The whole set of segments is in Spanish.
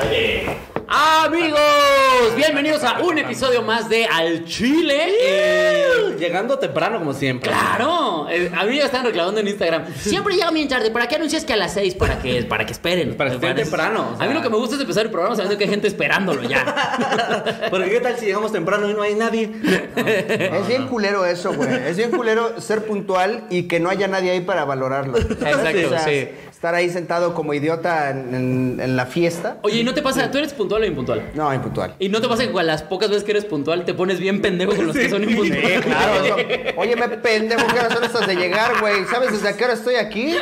Aire. Amigos, bienvenidos a un episodio más de Al Chile. Eh, Llegando temprano como siempre. claro, eh, a mí ya están reclamando en Instagram. Siempre llega bien tarde, ¿para qué anuncias que a las 6? ¿Para que, para que esperen. Para que estén Para- temprano, o sea. A mí lo que me gusta es empezar el programa sabiendo que hay gente esperándolo ya. Porque qué tal si llegamos temprano y no hay nadie. Es bien culero eso, güey. Es bien culero ser puntual y que no haya nadie ahí para valorarlo. Exacto, sí. Estar ahí sentado como idiota en, en- en la fiesta. Oye, ¿y no te pasa? ¿Tú eres puntual o impuntual? No, impuntual. ¿Y no te pasa que con las pocas veces que eres puntual te pones bien pendejo con los que son impuntuales? Sí, claro. eso. Oye, me pendejo, ¿qué horas son estas de llegar, güey? ¿Sabes desde qué hora estoy aquí?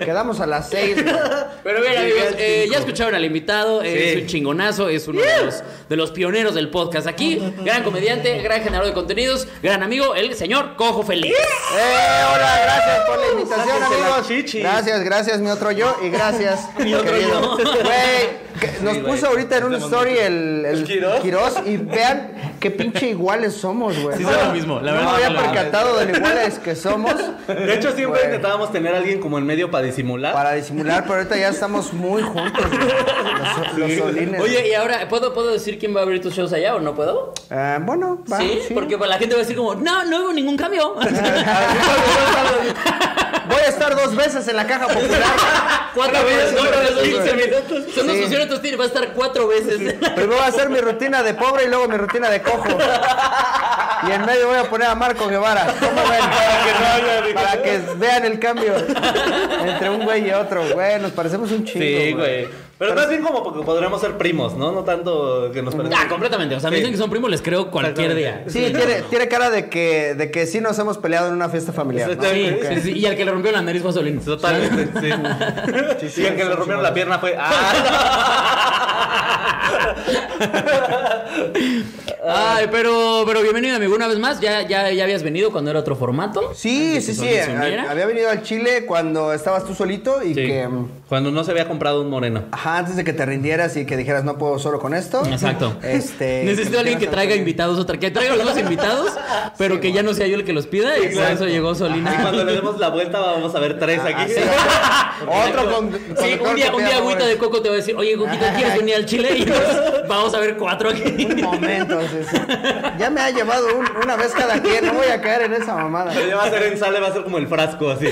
Quedamos a las seis, güey. Pero bien, amigos, al eh, ya escucharon al invitado, eh, Sí. es un chingonazo, es uno de los, de los pioneros del podcast aquí. Gran comediante, gran generador de contenidos, gran amigo, el señor Cojo Feliz. ¡Eh, hola! Gracias por la invitación, Sáquense las amigos. chichis. Gracias, gracias, mi otro yo. Y gracias, mi otro yo. Güey, que nos güey. puso ahorita en un Estamos story bien. el, el ¿El Quirós? Y vean qué pinche iguales somos, güey. Sí, son lo mismo, la No verdad, me la había verdad. percatado de lo iguales que somos De hecho, siempre Bueno. intentábamos tener a alguien como en medio para disimular. para disimular, pero ahorita ya estamos muy juntos, güey. Los, los solines. Oye, y ahora, ¿puedo, ¿puedo decir quién va a abrir tus shows allá o no puedo? Ah, bueno, va. ¿Sí? sí. porque pues, la gente va a decir como, no, no hubo ningún cambio. Voy a estar dos veces en la caja popular. cuatro veces, no, pero son 15 minutos. Son Sí. los funciones, tiene, va a estar cuatro veces. Primero va a hacer mi rutina de pobre y luego mi rutina de cojo. Y en medio voy a poner a Marco Guevara. ¿Cómo ven? Para que, vean el cambio entre un güey y otro. Güey, nos parecemos un chingo. Sí, güey. Pero más bien como porque podríamos ser primos, ¿no? No tanto que nos Ah, parezca. completamente. O sea, me Sí. dicen que son primos, les creo cualquier día. Sí, tiene, tiene cara de que, de que sí nos hemos peleado en una fiesta familiar. ¿no? Sí, Ok. sí, sí. Y al que le rompió la nariz fue a Solín. Totalmente, sí. y el que le rompieron la pierna fue. ¡Ah! Ah. Ay, pero, pero bienvenido, amigo. Una vez más, ya, ya, ya habías venido cuando era otro formato. Sí, Antes sí, que sí. Solín se uniera. Había venido al Chile cuando estabas tú solito y que. mm, Cuando no se había comprado un moreno. Ajá, antes de que te rindieras y que dijeras no puedo solo con esto. Exacto. Este, Necesito a alguien que traiga invitados, otra que traiga los invitados, pero que ya no sea yo el que los pida. Y por Exacto. eso llegó Y Solina. cuando le demos la vuelta, vamos a ver Ah, tres aquí. Otro con. Sí, conductor un día, que un pida día agüita favores. de coco te va a decir, oye, Coquito, ¿quieres venir al Chile? Y nos- vamos a ver cuatro aquí. Un momento, sí, sí. Ya me ha llevado un- una vez cada quien, no voy a caer en esa mamada. Ella va a ser en sale, va a ser como el frasco, así.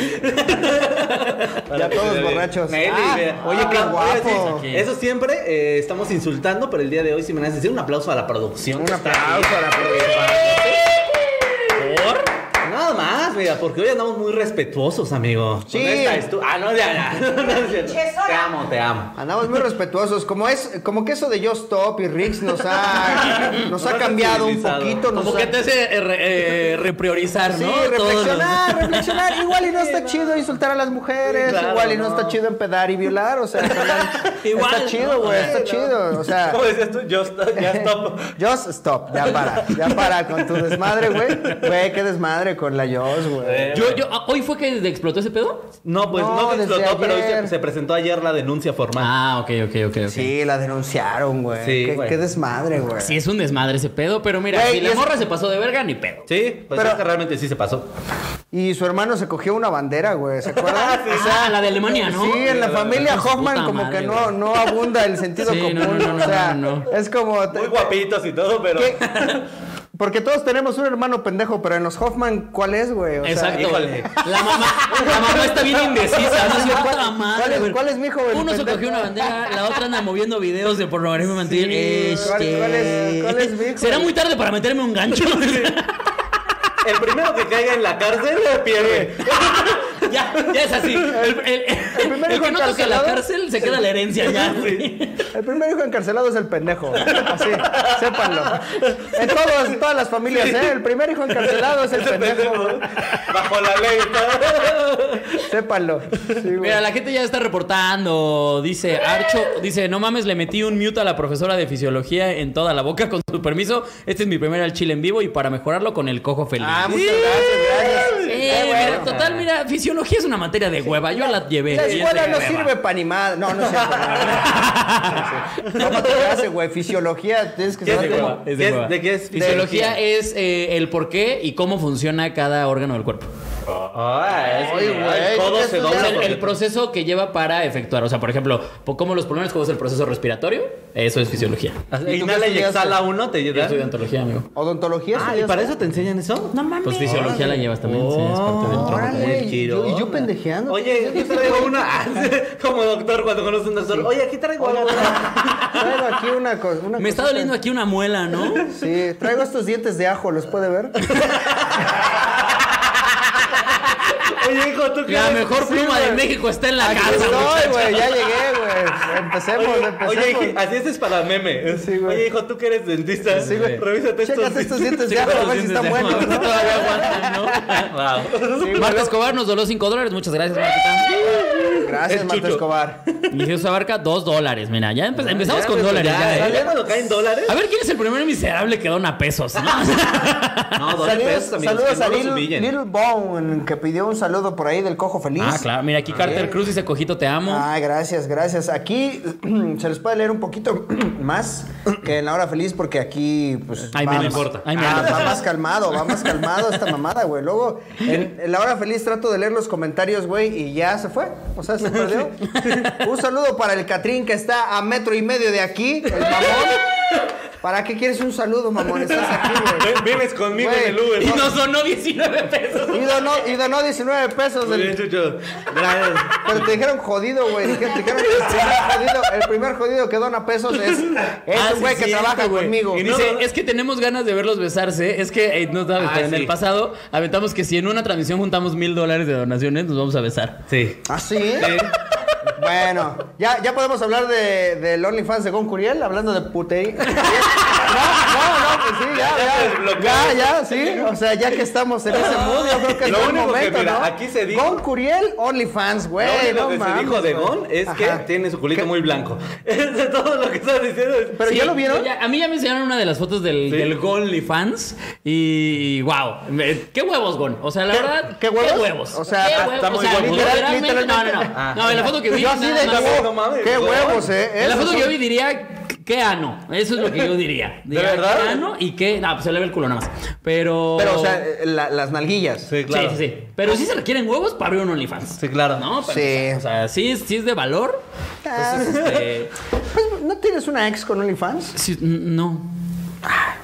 Ya todos borrachos. Nelly, Ah, vea. oye, qué Ah, guapo. oye, sí, Eso siempre eh, estamos insultando, pero el día de hoy, si me van a decir un aplauso a la producción. Un que está ahí. aplauso a la producción. Nada más, mira, porque hoy andamos muy respetuosos, amigo. Sí. Con esta estu- Ah, no, ya, ya. No es cierto. te amo, te amo. Andamos muy respetuosos, como es, como que eso de Just Stop y Rix nos ha, nos ha Nos ha cambiado un civilizado. poquito, nos Como que ha- te hace eh, re- eh, repriorizar, Sí, ¿no? Todos los- reflexionar, reflexionar. Igual y no está chido insultar a las mujeres, Sí, claro, igual y no, no. está chido empedar y violar, o sea, Igual, igual, está ¿no? chido, güey, está chido, o sea, ¿Cómo decías tú? Yo stop, ya stop. Joss, stop, ya para, ya para con tu desmadre, güey. Güey, qué desmadre con la Joss, güey. Yo, yo, ah, ¿Hoy fue que explotó ese pedo? No, pues no, No, se desde explotó, pero hoy se, ayer. se presentó ayer la denuncia formal. Ah, ok, ok, ok. ok. Sí, la denunciaron, güey. Sí, qué, güey. qué desmadre, güey. Sí, es un desmadre ese pedo, pero mira, Güey, si y la es- morra se pasó de verga, ni pedo. Sí, pues Ah. Pero- es que realmente sí se pasó. Y su hermano se cogió una bandera, güey, ¿se acuerdan? O sea, Ah, la de Alemania, ¿no? Sí, en la familia Su puta Hoffman como madre, que güey. no, no abunda el sentido Sí, no, común. no, no, o sea, no, no. es como... te- Muy guapitos y todo, pero. ¿Qué? Porque todos tenemos un hermano pendejo, pero en los Hoffman, ¿cuál es, güey? O sea, Exacto. híjole. la mamá, la mamá está bien indecisa, no es ¿cuál- puta cuál Ah, madre. es- güey. cuál es mi hijo, güey, Uno se pendejo? cogió una bandera, la otra anda moviendo videos de pornografía infantil. Este... ¿cuál- cuál es- cuál es mi hijo? Será muy tarde para meterme un gancho. El primero que caiga en la cárcel le pierde. ya, ya es así. El, el- primer el hijo que no toque la encarcelado. cárcel se queda la herencia ya. güey. El primer hijo encarcelado es el pendejo. Así, sépanlo. En, todos, en todas las familias, ¿eh? El primer hijo encarcelado es el pendejo. Bajo la ley. ¿no? Sépanlo. Sí, güey. Mira, la gente ya está reportando. Dice Archo, dice, no mames, le metí un mute a la profesora de fisiología en toda la boca con su permiso. Este es mi primer al chile en vivo y para mejorarlo con el cojo feliz. Ah, muchas gracias, gracias. Eh, Qué bueno. mira, total, mira, fisiología es una materia de hueva. Yo la llevé. La y es escuela de no hueva. sirve para animar. No, no sirve para ¿Cómo te hace, güey? Fisiología, tienes que ¿Qué es saber de cómo- hueva? Es de ¿Qué es- hueva. ¿De qué es Fisiología es eh, el por qué y cómo funciona cada órgano del cuerpo. Ah, es Ay, que güey, el codo eso se es O sea, dobla. el, porque- el proceso que lleva para efectuar, o sea, por ejemplo, po- como los pulmones, como es el proceso respiratorio, eso es fisiología. ¿Y tú Inhala qué y Ah, estudiaste? exhala uno, te Yo ayuda. estudio ontología, amigo. Odontología. Ah, ¿y estudiaste? para eso te enseñan eso? No mames. Pues fisiología la llevas también, sí, es parte del tronco. Órale, y yo- y yo pendejeando. Oye, aquí traigo una. ah, Como doctor cuando conoce a un doctor. Oye, aquí traigo Oiga, algo. tra- traigo aquí una cosa. Me está doliendo aquí una muela, ¿no? Sí, traigo estos dientes de ajo, ¿los puede ver? Oye, hijo, ¿tú qué La ves? mejor sí, pluma de güey. México está en la Aquí casa, estoy, muchacho. güey, ya llegué, güey. Empecemos, Oye, empecemos. oye, hijo, así este es para meme. Sí, güey. oye, hijo, tú que eres dentista. Sí, güey. Revísate estos. Chécate estos dientes de Chécate ajo, a los ver si dientes están de buenos. ajo, ¿no? Todavía aguantan, ¿no? Sí, güey, Marta luego- Escobar nos donó 5 dólares. Muchas gracias, Marta. Gracias, El Marta chucho. Escobar. Y Jesús Abarca, 2 dólares. Mira, Ah, ya empe- empezamos Ya, con pues, dólares. Ya, ya, ya, ¿eh? ya cuando caen dólares. A ver quién es el primer miserable que dona pesos. ¿no? No, Saludos, saludos a Lil- Lil. Little Bone, que pidió un saludo por ahí del Cojo Feliz. ah, claro. Mira, aquí Carter Cruz dice, cojito, te amo. Ah, gracias, gracias. Aquí se les puede leer un poquito más que en la hora feliz porque aquí, pues. Ay, me va no más- importa. Ay, me Ah, no va más calmado, va más calmado esta mamada, güey. Luego, en, en la hora feliz trato de leer los comentarios, güey, y ya se fue. O sea, se perdió. Un saludo para el Catrín que está a metro y medio de aquí, el mamón. ¿Para qué quieres un saludo, mamón? Estás aquí, güey. Vives conmigo Güey. en el Uber. Y nos donó 19 pesos. Y donó, y donó 19 pesos Muy el bien, Chucho. Gracias. Pero te dijeron jodido, güey. Dije- Te dijeron que el primer jodido, el primer jodido que dona pesos es, es Ah, un güey sí, que cierto, trabaja güey. conmigo. Y dice, es que tenemos ganas de verlos besarse. Es que eh, no sabes, Ah, pero en sí. el pasado aventamos que si en una transmisión juntamos mil dólares de donaciones, nos vamos a besar. Sí. ¿Ah, sí? Bueno, ya, ya podemos hablar de, del OnlyFans de Gon Curiel, hablando de putería. No, no, no, pues sí, Ya ya, te ya. Ya, desbloquearon. Ah, ya, sí. O sea, ya que estamos en ese mood, yo creo que es Lo buen único que, momento, mira, ¿no? aquí se dijo- Gon Curiel, OnlyFans, güey. Lo único no que se mames, dijo de güey. Gon es que Ajá. tiene su culito ¿Qué? muy blanco. Es de todo lo que estás diciendo. es- Pero Sí, ya lo vieron. yo ya- a mí ya me enseñaron una de las fotos del, Sí. del Fans y wow, qué huevos Gon, o sea, la ¿Qué- verdad, qué huevos? O O sea, sea, qué está- huevos, está o muy sea, huevos. literalmente, no, no, Literalmente- no. Ah. no, en la foto que vi Yo así nada de más- huevo. no mames. Qué güey. huevos, eh. En la Esos foto que yo son- vi diría qué ano, eso es lo que yo diría. Diría, verdad? ¿Qué ano y qué? No, pues se le ve el culo nada más. Pero Pero, o sea, eh, la- las nalguillas. Sí, claro. Sí, sí, sí. Pero sí se requieren huevos para abrir un OnlyFans. Sí, claro. ¿No? Pero, Sí. O sea, sí, es- sí es de valor. Ah, Este, pues, ¿No tienes una ex con OnlyFans? sí, n- no. Ah,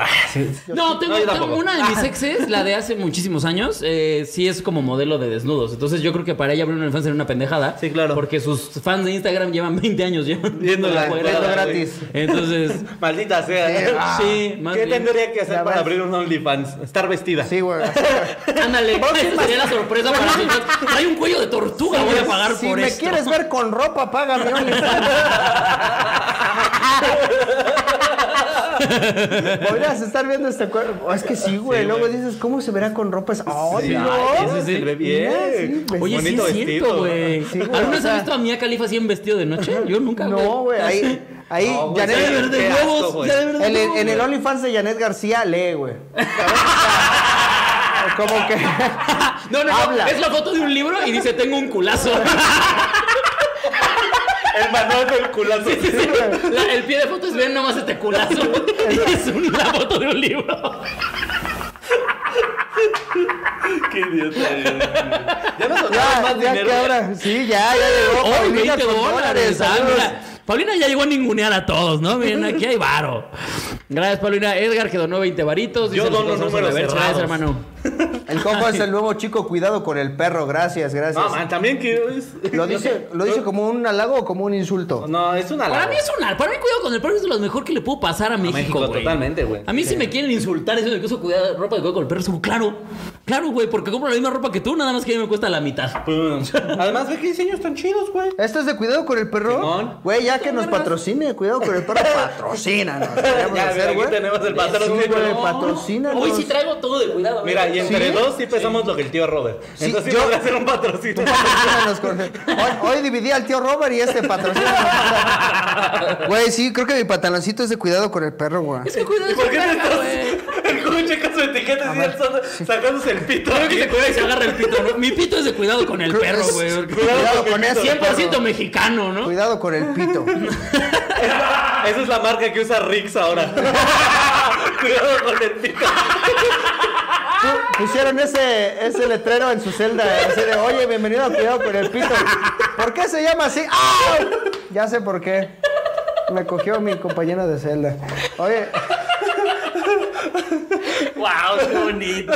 No, tengo, No, yo tengo tampoco. una de mis exes, la de hace muchísimos años, eh, sí es como modelo de desnudos. Entonces yo creo que para ella abrir un OnlyFans era una pendejada. Sí, claro. Porque sus fans de Instagram llevan 20 años llevan Viéndola, encuerada, viendo güey. gratis. Entonces, Maldita sea. Sí, ah. Sí, más ¿Qué bien. tendría que hacer Ya para ves. abrir un OnlyFans? Estar vestida. Sí, güey. así, güey. ándale, esa sería la sorpresa para nosotros. Hay un cuello de tortuga, voy a pagar si por me esto. quieres ver con ropa, paga mi OnlyFans. Podrías estar viendo este cuerpo. Oh, es que sí, güey. Sí, Luego güey. dices, ¿cómo se verá con ropa? esa? ¡Ay, Sí, no! ay, sí, eso sí. se ve Sí, bien. pues. Oye, sí es cierto, güey. Sí, güey, ¿Alguna o vez sea- has visto a Mia Khalifa así en vestido de noche? Yo nunca, No, güey. Ahí, ahí, No, güey, Janet- sí, Ya de Qué verde asco, huevos, güey. ya de verde En el, huevos, en el güey. OnlyFans de Janet García, lee, güey. Como que. No, no, no, Habla. es la foto de un libro y dice, tengo un culazo. El manual del culazo. La- el pie de foto es ver nomás este culazo. Y es un- la foto de un libro. Qué idiota. eres. Ya nos Ya, sonaron más ya dinero. que ahora. Sí, ya, ya llegó. Hoy Paulina 20 con Oh, dólares. ah, saludos. mira. Paulina ya llegó a ningunear a todos, ¿no? Miren, aquí hay varo. Gracias, Paulina. Edgar que donó 20 varitos. Yo dice, los dono corazones números a la verga. Gracias, cerrados. hermano. El cojo es el nuevo chico, cuidado con el perro, gracias, gracias. No, man, también quiero. es- ¿Lo dice, ¿Lo dice como un halago o como un insulto? No, es una. Para mí es un Para mí, cuidado con el perro es de lo mejor que le puedo pasar a México, México, güey. totalmente, güey. A mí, si me quieren insultar, eso de que uso cuidado, ropa de cuidado con el perro, es como, claro. Claro, güey, porque compro la misma ropa que tú, nada más que a mí me cuesta la mitad. Pues, Además, ve que diseños tan chidos, güey. ¿Esto es de cuidado con el perro? Simón. Güey, ya que nos patrocine, cuidado con el perro, patrocínanos. queremos Ya, mira, hacer, aquí güey. tenemos el patrocinio. Sí, güey, No. patrocínanos. Hoy sí traigo todo de cuidado. ¿eh? Mira, y entre ¿Sí? dos sí pesamos lo que el tío Robert. Sí, Entonces, yo- yo voy a hacer un patrocinio. Patrocínanos con- Hoy, hoy dividí al tío Robert y este patrocina. Güey, sí, creo que mi pantaloncito es de cuidado con el perro, güey. Es que cuidado ¿Y con por el qué te perro, estás güey. el coche checa su etiqueta y él solo- sacándose el pito? Creo que se cuida y se agarra el pito, ¿no? Mi pito es de cuidado con el Creo que perro, es- güey. Cuidado, con ese 100% perro. mexicano, Pues- ¿no? Cuidado con el pito. Esa es la marca que usa Rix ahora. Cuidado con el pito. Tú, Pusieron ese, ese letrero en su celda. Así de, oye, bienvenido a Cuidado con el Pito. ¿Por qué se llama así? ¡Ah! Ya sé por qué. Me cogió mi compañero de celda. Oye, ¡Wow! ¡Qué bonito!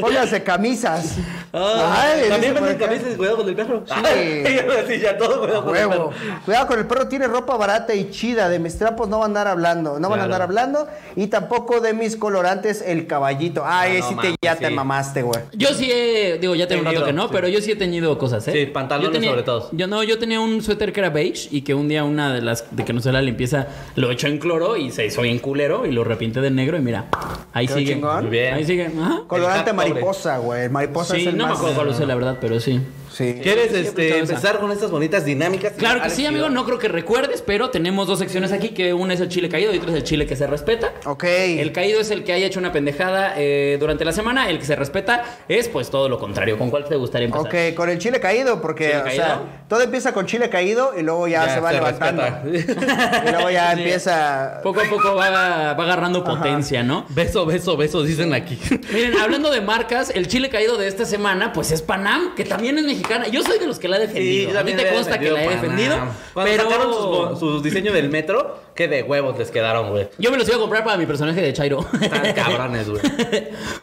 póngase camisas. Ay, Ay, Ah, También dice por venden acá. camisas, cuidado con el perro. Sí. Sí, ya todo, cuidado con el Huevo. perro. Cuidado con el perro, tiene ropa barata y chida. De mis trapos no van a andar hablando. No van Claro. a andar hablando. Y tampoco de mis colorantes, el caballito. Ay, No, no sí te, mames, ya te sí. mamaste, güey. Yo sí he, digo, ya tengo un rato Teñido, que no, sí. pero yo sí he teñido cosas, ¿eh? Sí, pantalones Yo tenía- sobre todo. Yo no, yo tenía un suéter que era beige y que un día una de las de que no se la limpieza lo echó en cloro y se hizo bien culero y lo repinté de negro y mira, ahí Quedó sigue. chingón. Muy bien. Ahí sigue. Ajá. Colorante Exacto, güey. mariposa, güey. Mariposa Sí, es el no me más. acuerdo cuál usé, la verdad, pero sí. Sí. ¿Quieres siempre he este, usado esa. empezar con estas bonitas dinámicas? Claro que Alex, sí, amigo, no creo que recuerdes, pero tenemos dos secciones aquí, que una es el chile caído y otra es el chile que se respeta. Ok. El caído es el que haya hecho una pendejada eh, durante la semana, el que se respeta es pues todo lo contrario. ¿Con cuál te gustaría empezar? Ok, con el chile caído, porque, ¿Chile o caído? sea, todo empieza con chile caído y luego ya, Ya se va se levantando. respeta. Y luego ya Sí. empieza. Poco a poco va, va agarrando potencia, ¿no? Beso, beso, beso, dicen aquí. Miren, hablando de marcas, el chile caído de esta semana, pues es Panam, que también es mexicana. Yo soy de los que la he defendido. a mí te consta que la he defendido, Cuando sacaron sus, pero bo- sus diseños del metro, qué de huevos les quedaron, güey. yo me los iba a comprar para mi personaje de Chairo. Están cabrones, güey.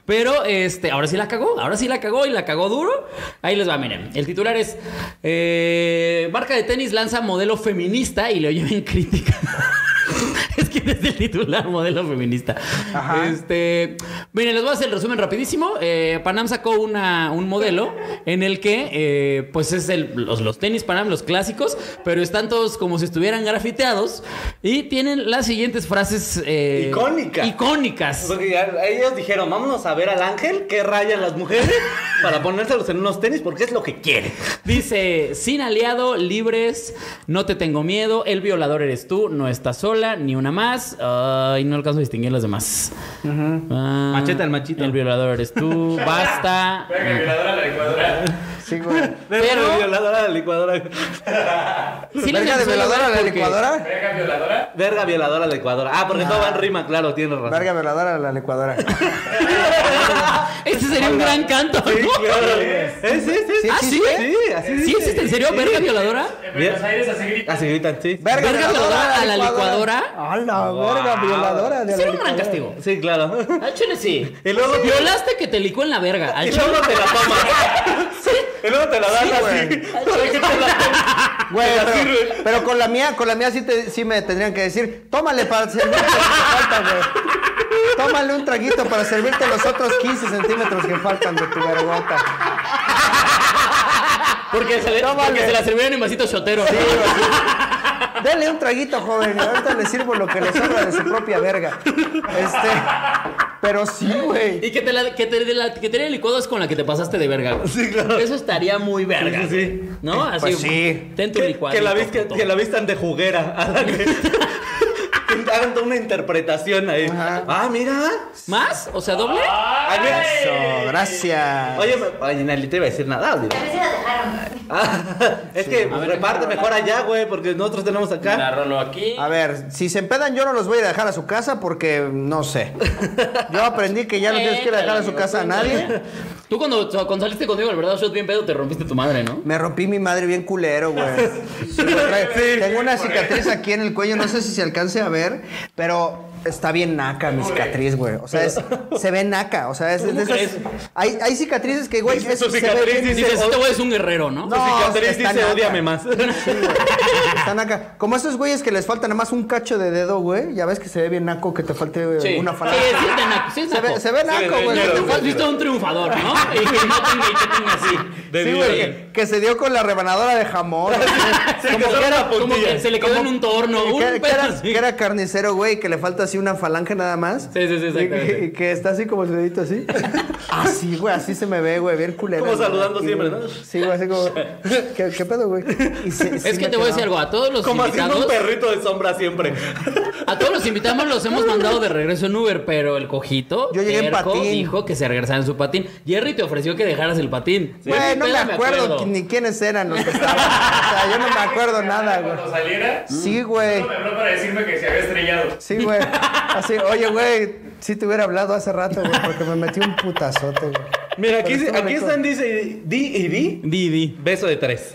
Pero este, ahora sí la cagó, ahora sí la cagó y la cagó duro. Ahí les va, miren. El titular es eh, Marca de tenis lanza modelo feminista y le oyen crítica. es que es el titular modelo feminista. Ajá. Este, miren, les voy a hacer el resumen rapidísimo. Eh, Panam sacó una, un modelo en el que, eh, pues es el, los, los tenis Panam, los clásicos, pero están todos como si estuvieran grafiteados y tienen las siguientes frases eh, Icónicas. icónicas. Porque ya- ellos dijeron, vámonos a ver al ángel que rayan las mujeres para ponérselos en unos tenis porque es lo que quiere. Dice, sin aliado, libres, no te tengo miedo, el violador eres tú, no estás sola, ni una más. Ay, no alcanzo a distinguir las demás. Ah, Machete al machito. El violador eres tú, basta. Sí, güey. Pero- Verga violadora de la licuadora. Sí les ¿Verga empezó de a veladora a la porque- licuadora? Verga violadora de la licuadora. Ah, porque todo va en rima, claro, tienes razón. Verga veladora a la licuadora. Este sería un gran canto. ¿no? Sí, claro. Eh, sí, sí, ¿Sí ¿Ah, sí? existe? Sí, así ¿Sí dice. existe en serio? Sí. ¿Verga violadora? En Buenos Aires así grita. Así gritan, sí. Verga, ¿Verga veladora a la A la verga Wow. violadora de la Sería un gran licuadora. castigo. Sí, claro. Al chile sí. Y luego- Violaste que te licó en la verga. Al Y chile luego te la tomas. sí. Y luego te la dan Sí, así. Para que te la tomes. Güey, Te la pero, sirve. pero con la mía, con la mía sí, te- sí me tendrían que decir, tómale para servirte lo que falta, güey. Tómale un traguito para servirte los otros 15 centímetros que faltan de tu vergüenza. Porque se, le- Tómale. porque se la sirvieron en vasito chotero. Sí, güey. Dele un traguito, joven, y ahorita le sirvo lo que le sobra de su propia verga. Este, pero sí, güey. Y que te la que te, de la, que te den el licuado es con la que te pasaste de verga. güey. Sí, claro. Eso estaría muy verga. Sí, sí, sí. güey. ¿No? Así. Pues sí. Ten tu Que, licuado. que la vis- que, que la vistan de juguera. Hagan que- que hagan toda una interpretación ahí. Ajá. Ah, mira. ¿Más? O sea, doble. Ah. Ay, mira. Eso, gracias. Oye, me- ay, Nelly, te iba a decir nada. olvida. A veces lo dejaron. Ah, es que ver, reparte mejor allá, güey, porque nosotros tenemos acá. Agárralo aquí. A ver, si se empedan yo no los voy a dejar a su casa porque no sé. Yo aprendí que ya no tienes que ir a dejar a su casa a nadie. Tú cuando, cuando saliste conmigo, el verdad, shot bien pedo, te rompiste tu madre, ¿no? Me rompí mi madre bien culero, güey. Sí, güey, trae- Tengo una cicatriz aquí en el cuello, no sé si se alcance a ver, pero está bien naca mi cicatriz, güey. O sea, es- se ve naca. O sea, es, es de esas- crees? Hay, hay cicatrices que, güey, Dices, eso "Tu se ve cicatriz bien dice- Dices, este güey es un guerrero, ¿no? No. cicatriz está dice, naca. "Ódiame más". Sí, güey. Están acá. Como esos güeyes que les falta nada más un cacho de dedo, güey. Ya ves que se ve bien naco, que te falte güey, Sí. una Sí, falange. sí es de naco, sí es Se ve, naco. se ve naco, güey. que te Has falte- visto a un triunfador, ¿no? Y que no tenga, y que tenga así. Sí, vida. güey, que, que se dio con la rebanadora de jamón. Se le quedó una Como que puntilla. se le quedó en un torno. Que- Un que, pedo era, así. que era carnicero, güey, que le falta así una falange nada más. Sí, sí, sí, Y- exactamente. Y, y que está así como el dedito así. Así, güey, así se me ve, güey, bien culero. Como güey. saludando Y- siempre, ¿no? Sí, güey, así como. ¿Qué, qué pedo, güey? Y se- sí Es que me te voy a quedaba. decir algo. A todos los Como haciendo un invitados. perrito de sombra siempre. A todos los invitados los hemos mandado de regreso en Uber, pero el cojito Yo llegué en terco, patín. dijo que se regresara en su patín. Jerry te ofreció que dejaras el patín. Güey, no me Espera, acuerdo qui- ni quiénes eran los que estaban. O sea, yo no me acuerdo nada, güey. Cuando saliera, Sí, güey. me habló para decirme que se había estrellado. Sí, güey. Así, oye, güey, Sí te hubiera hablado hace rato, güey, porque me metí un putazote, güey. Mira, aquí, Pero estuvo aquí rico. están, dice di y di. Didi. Beso de tres.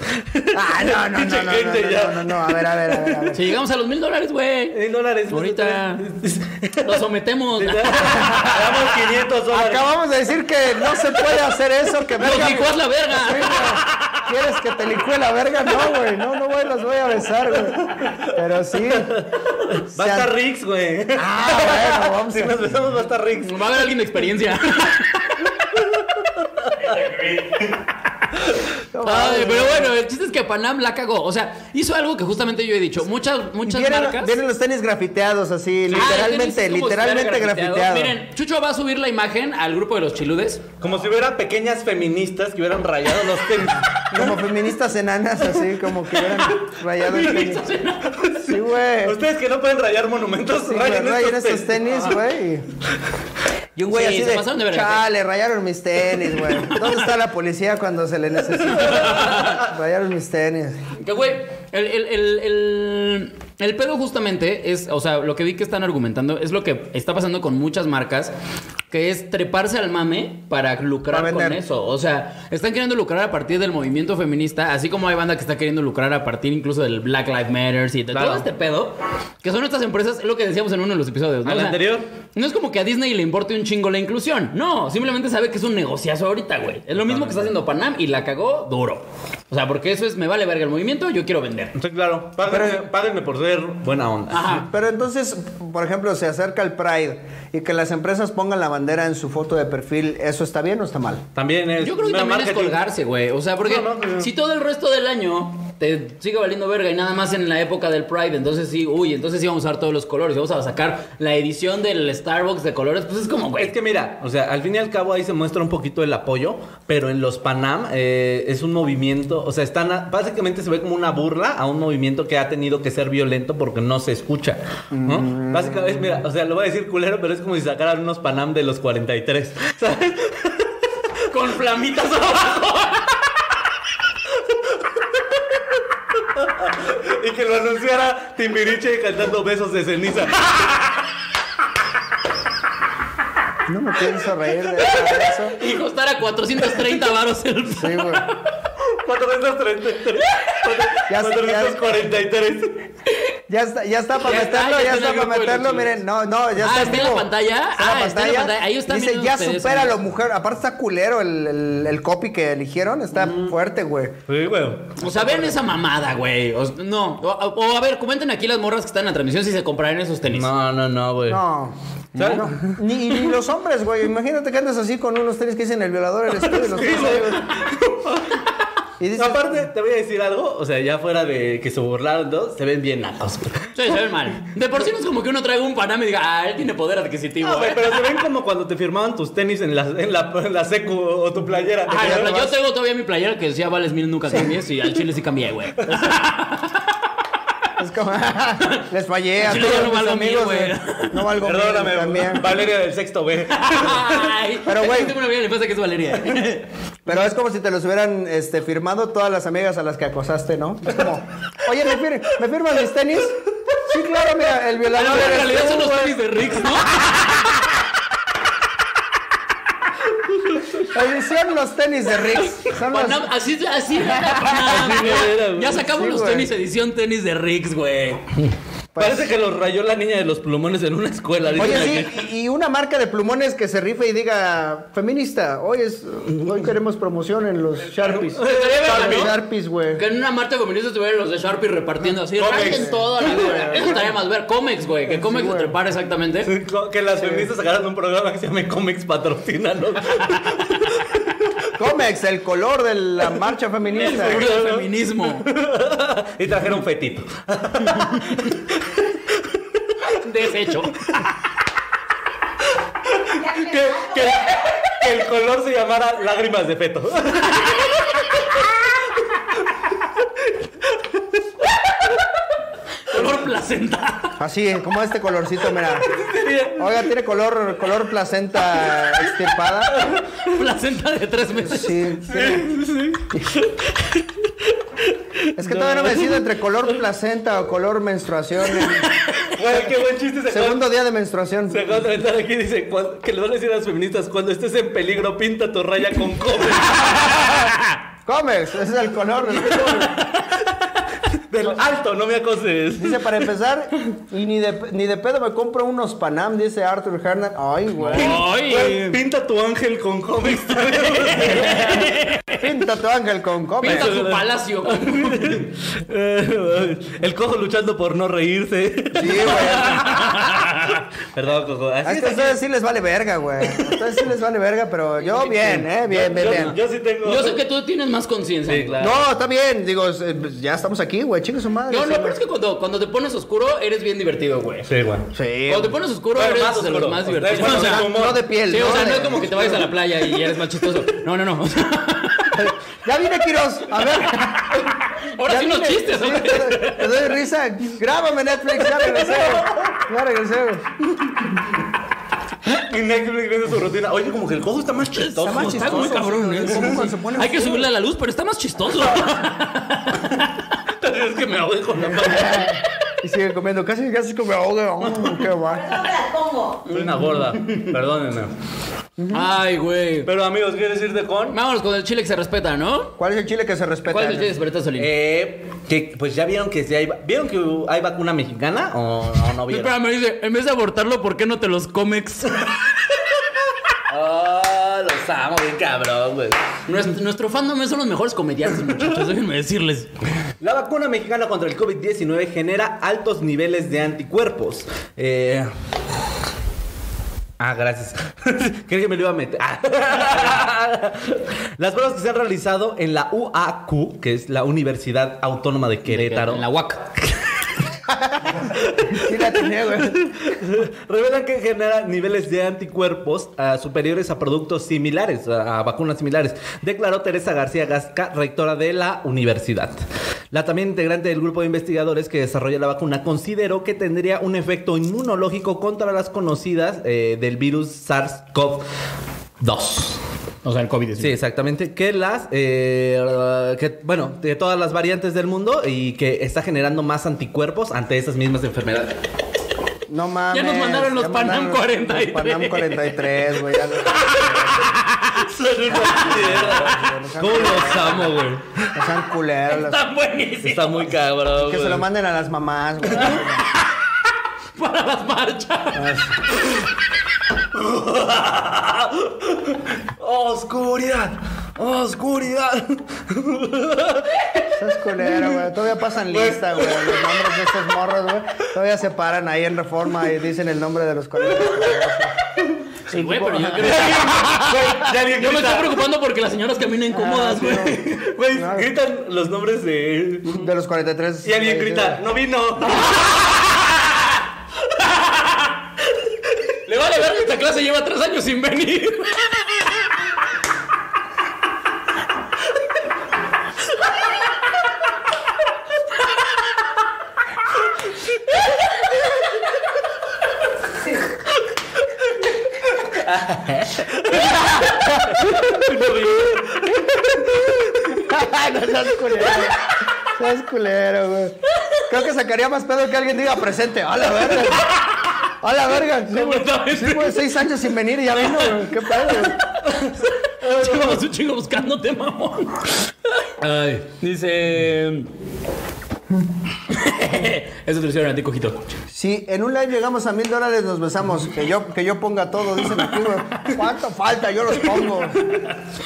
Ah, no, no, no, Pinche no, no, gente no, ya. no, no, no, a ver, a ver, a ver. A ver. Si llegamos a los mil dólares, güey. Mil dólares. beso de Ahorita. tres. Lo sometemos. Le Damos 500 dólares. Acabamos de decir que no se puede hacer eso, que Nos verga. licuas la Sí, verga. güey. ¿Quieres que te licúe la verga? No, güey. No, no, güey, los voy a besar, güey. Pero sí. Va a Se estar an- Rix, güey. Ah, bueno, vamos Si a- nos besamos, va a estar Rix. Va a haber alguien de experiencia. no, Ay, mames, pero güey. bueno, el chiste es que Panam la cagó. O sea, hizo algo que justamente yo he dicho. Muchas, muchas Vienen, marcas. vienen los tenis grafiteados así, Ah, tenis literalmente, como si fuera literalmente grafiteado. grafiteados. Miren, Chucho va a subir la imagen al grupo de los chiludes. Como si hubiera pequeñas feministas que hubieran rayado los tenis. Como feministas enanas, así, como que hubieran rayado el tenis. Sí, güey. Ustedes que no pueden rayar monumentos, Sí, güey, rayen, rayen estos esos tenis, güey. Y un güey Sí, así se de, pasaron de verga, chale, rayaron mis tenis, güey. ¿Dónde está la policía cuando se le necesita? rayaron mis tenis. Que güey, el, el, el, el, el pedo justamente es, o sea, lo que vi que están argumentando es lo que está pasando con muchas marcas, que es treparse al mame para lucrar Para con vender. eso. O sea, están queriendo lucrar a partir del movimiento feminista, así como hay banda que está queriendo lucrar a partir incluso del Black Lives Matter y de Claro. todo este pedo, que son estas empresas, es lo que decíamos en uno de los episodios, ¿no? Al O sea, anterior. No es como que a Disney le importe un chingo la inclusión. No, simplemente sabe que es un negociazo ahorita, güey. Es lo mismo que está haciendo Panam y la cagó duro. O sea, porque eso es, me vale verga el movimiento, yo quiero vender. Sí, claro. Páguenme, páguenme por ser buena onda. Ajá. Pero entonces, por ejemplo, se acerca el Pride y que las empresas pongan la bandera en su foto de perfil, ¿eso está bien o está mal? También es. Yo creo que también es marketing. colgarse, güey. O sea, porque No, no, no. si todo el resto del año te sigue valiendo verga y nada más en la época del Pride, entonces sí, uy, entonces sí vamos a usar todos los colores, vamos a sacar la edición del Starbucks de colores, pues es como, Es güey. que mira, o sea, al fin y al cabo ahí se muestra un poquito el apoyo, pero en los Panam eh, es un movimiento, o sea, están a- básicamente se ve como una burla a un movimiento que ha tenido que ser violento porque no se escucha. ¿no? Básicamente, es, mira, o sea, lo voy a decir culero, pero es como si sacaran unos Panam de los 43, ¿sabes? Con flamitas abajo. Y que lo anunciara Timbiriche cantando besos de ceniza. No me pienso reír de eso. Y costara 430 varos el. Sí, güey. 433. Ya- 443. Ya está, ya está para Ya está, meterlo, ya está ya está en el para grupo de los meterlo. chinos. Miren, no, Ah, no, ya está. está en la vivo. pantalla. Está en la Ah, está en la pantalla. Ahí están Dice, viendo ya ustedes, supera a la amigos". mujer. Aparte está culero el, el, el copy que eligieron. Está fuerte, güey. Sí, güey. O sea, vean esa mamada, güey. O- no. O, o a ver, comenten aquí las morras que están en la transmisión si se comprarán esos tenis. No, no, no, güey. No. ¿Sabes? No. Ni, ni los hombres, güey. Imagínate que andas así con unos tenis que dicen el violador eres tú y los Sí, otros, güey. güey. Y dices, Aparte, te voy a decir algo, o sea, ya fuera de que se burlaron dos, se ven bien nacos. Sí, se ven mal. De por sí no es como que uno traiga un paname y diga, ah, él tiene poder adquisitivo. No, güey, eh". pero se ven como cuando te firmaban tus tenis en la, en la, en la secu o tu playera. Ah, Ajá, Ya yo- te yo vas. tengo todavía mi playera que decía Vales Mil nunca cambies y al chile sí cambié, güey. es como, les fallé a Sí, todos yo no mis valgo amigos, mil, güey. güey. No valgo mil, Perdóname, también. Pues- Valeria del sexto B. Ay, Pero, güey. Tengo una amiga que le pasa que es Valeria. Pero es como si te los hubieran este, firmado todas las amigas a las que acosaste, ¿no? Es como, oye, ¿me, fir- ¿me firman mis tenis? Sí, claro, mira, el Ah, violador no, en eres realidad tú, son los güey. tenis de Rix, ¿no? Así son los tenis de Rix. Son los... Panam- así, así era Panam, Así era, güey. Ya sacamos Sí, los güey. tenis edición tenis de Rix, güey. Pues- Parece que los rayó la niña de los plumones en una escuela. dicen Oye, aquí. sí, y una marca de plumones que se rife y diga, feminista, hoy es, hoy queremos promoción en los Sharpies. Estaría verga, Los ¿no? Sharpies, güey. Que en una marcha comunista estuvieran los de Sharpie repartiendo así. Comex. Rayen todo a la verga. Eso estaría más ver. Comex, güey. Que Comex se güey. trepara exactamente. Sí, co- Que las feministas sacaran un programa que se llama Comics Patrocínanos. Comex, el color de la marcha El feminista. seguro del feminismo. y trajeron fetito. Deshecho. que, que- que el color se llamara lágrimas de feto. Color placenta. Así, como este colorcito, mira. Oiga, tiene color, color placenta extirpada. Placenta de tres meses. Sí, sí. Es que todavía no me decido entre color placenta o color menstruación. Güey, qué buen chiste se acaba- Segundo día de menstruación. Se acaba de aventar aquí dice cuan- que le van a decir a las feministas cuando estés en peligro pinta tu raya con cobre. Comes, ese es el color. del culo. Del alto, no me acoses. Dice, para empezar, y ni de, ni de pedo me compro unos Panam, dice Arthur Hernan. Ay, güey. Ay. Güey, pinta tu ángel con cómics. Pinta tu ángel con comes. Pinta su palacio. Eh, El cojo luchando por no reírse. Sí, güey. Perdón, cojo. A Así estos es ustedes sí les vale verga, güey. A ustedes sí les vale verga, pero yo bien, ¿eh? Bien, bien, yo, bien. yo sí tengo. Yo sé que tú tienes más conciencia. Sí, claro. No, está bien. Digo, eh, pues, ya estamos aquí, güey. Chingue su madre. No, no, Sí, pero es que cuando, cuando te pones oscuro eres bien divertido, güey. Sí, güey. Sí. Cuando te pones oscuro Bueno, eres más de oscuro. los más divertidos. Bueno, O sea, de humor. no de piel. Sí, o sea, no De- es como que te vayas a la playa y eres más chistoso. No, no, no. Ya viene Quiroz. A ver. Ahora Ya sí unos vine. chistes, Sí, ¿ok? te, doy- te doy risa. Grábame Netflix, ya regresé. Ya regresé. Y Netflix regresa a su rutina. Oye, como que el cojo está más chistoso. más Está chistoso, muy cabrón, güey. ¿eh? ¿Cómo cuando se pone Hay que oscuro? subirle a la luz, pero está más chistoso. Es que me ahogué con la mano. Y sigue comiendo. Casi, casi como ahoga. Mm, qué guay. No me la como. Soy una gorda. Perdónenme. Ay, güey. Pero amigos, ¿qué decirte con? Vámonos con el chile que se respeta, ¿no? ¿Cuál es el chile que se respeta? ¿Cuál es el chile que se respeta, Solín? Eh, que, pues ya vieron que sí hay, vieron que hay vacuna mexicana o, o no vieron. Espera, me dice, en vez de abortarlo, ¿por qué no te los comex? Oh, los amo, bien cabrón, güey. nuestro, nuestro fandom son los mejores comediantes, muchachos, déjenme decirles. La vacuna mexicana contra el COVID-19 genera altos niveles de anticuerpos. Eh, Ah, gracias. Creí que me lo iba a meter. Ah. Las pruebas que se han realizado en la UAQ, que es la Universidad Autónoma de Querétaro, Eh, En la UAC. Sí la tenía, güey. revelan que genera niveles de anticuerpos ah, superiores a productos similares, ah, a, a vacunas similares, declaró Teresa García Gasca, rectora de la universidad. La también integrante del grupo de investigadores que desarrolla la vacuna consideró que tendría un efecto inmunológico contra las conocidas eh, del virus SARS-CoV-2. O sea, el COVID. Sí, exactamente. Que las, eh, que, bueno, de todas las variantes del mundo y que está generando más anticuerpos ante esas mismas enfermedades. No mames. Ya nos mandaron los ya Panam mandaron 43. Los Panam 43, güey. ya lo- ¿Cómo los amo, güey? No sean culeros. los- Están buenísimos Está muy cabrón. Que se güey. lo manden a las mamás, güey. para las marchas. Oscuridad. Oscuridad. Estás culero, güey. Todavía pasan lista, güey. Los nombres de estos morros, güey. Todavía se paran ahí en reforma y dicen el nombre de los 43. Sí, güey, pero yo creo Yo me estoy preocupando porque las señoras caminan cómodas, güey. Güey, Claro. gritan los nombres de. De los 43. Y alguien grita, no vino. Le vale ver que esta clase lleva tres años sin venir. no seas culero. Seas culero, güey. Creo que sacaría más pedo que alguien diga presente. A la verga. A la verga. Sí, güey. Completamente. Sí, güey. Seis años sin venir y ya vino, güey. Qué pedo, güey. Llevamos un chingo buscándote, mamón. Ay. Dice. Eso te lo hicieron a ti, cojito. Si en un live llegamos a mil dólares, nos besamos. Que yo, que yo ponga todo, dicen aquí, güey. ¿Cuánto falta? Yo los pongo.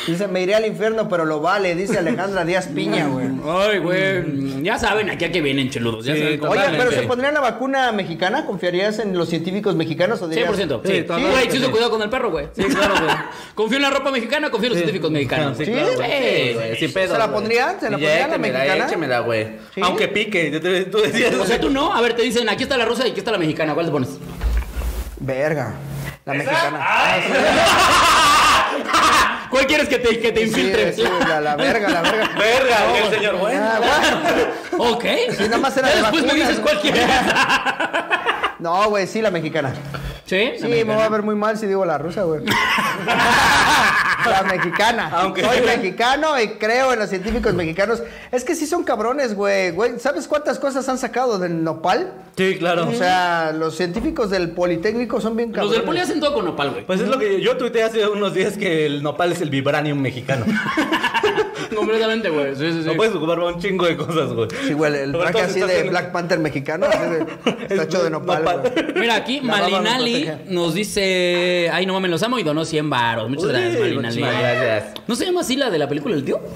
Dice, me iré al infierno, pero lo vale, dice Alejandra Díaz Piña, güey. Ay, güey. Mm, Ya saben aquí a qué vienen, cheludos. Ya Sí, saben. Oye, Totalmente. pero ¿se pondría la vacuna mexicana? ¿Confiarías en los científicos mexicanos o dirías? 100%. Sí, Sí, sí, totalmente. güey, sí, cuidado con el perro, güey. Sí, claro, güey. Confío en la ropa mexicana, confío en los científicos mexicanos. Sí, ¿Sí? claro, güey. Sí, Sí, güey, güey. sin pedo. ¿Se la güey. pondrían? ¿Se la Y pondrían la échemela, mexicana? échemela, güey. ¿Sí? Aunque pique. yo te- Tú decías. O sea, tú no. A ver, te dicen, aquí está la rusa y aquí está la mexicana. ¿Cuál te pones? Verga. La mexicana. Ah, ¿Cuál quieres que te, que te Sí, infiltre? sí, la, la verga, la verga. Verga, el señor. Bueno. Ah, bueno. Ok. Sí, nada más era Ya de después me vacunas, dices ¿no? cuál quieres. No, güey, sí, la mexicana. ¿Sí? Sí, me voy a ver muy mal si digo la rusa, güey. la mexicana. Aunque- Soy mexicano y creo en los científicos mexicanos. Es que sí son cabrones, güey. Güey, ¿sabes cuántas cosas han sacado del nopal? Sí, claro. O sea, los científicos del Politécnico son bien Los cabrones. del poli hacen todo con nopal, güey. Pues es lo que yo, yo tuiteé hace unos días que el nopal es el vibranium mexicano. Completamente, güey. Sí, sí, sí. Lo puedes ocupar para un chingo de cosas, güey. Sí, güey, el traje Entonces así estás de en- Black Panther mexicano. así de- está hecho de nopal, Nopal. güey. Mira, aquí La baba me Malinali protege. nos dice: Ay, no mames, los amo y donó 100 varos. Muchas gracias, Uy, Malinali. muchísimas gracias. ¿No se llama así la de la película El Tío? No es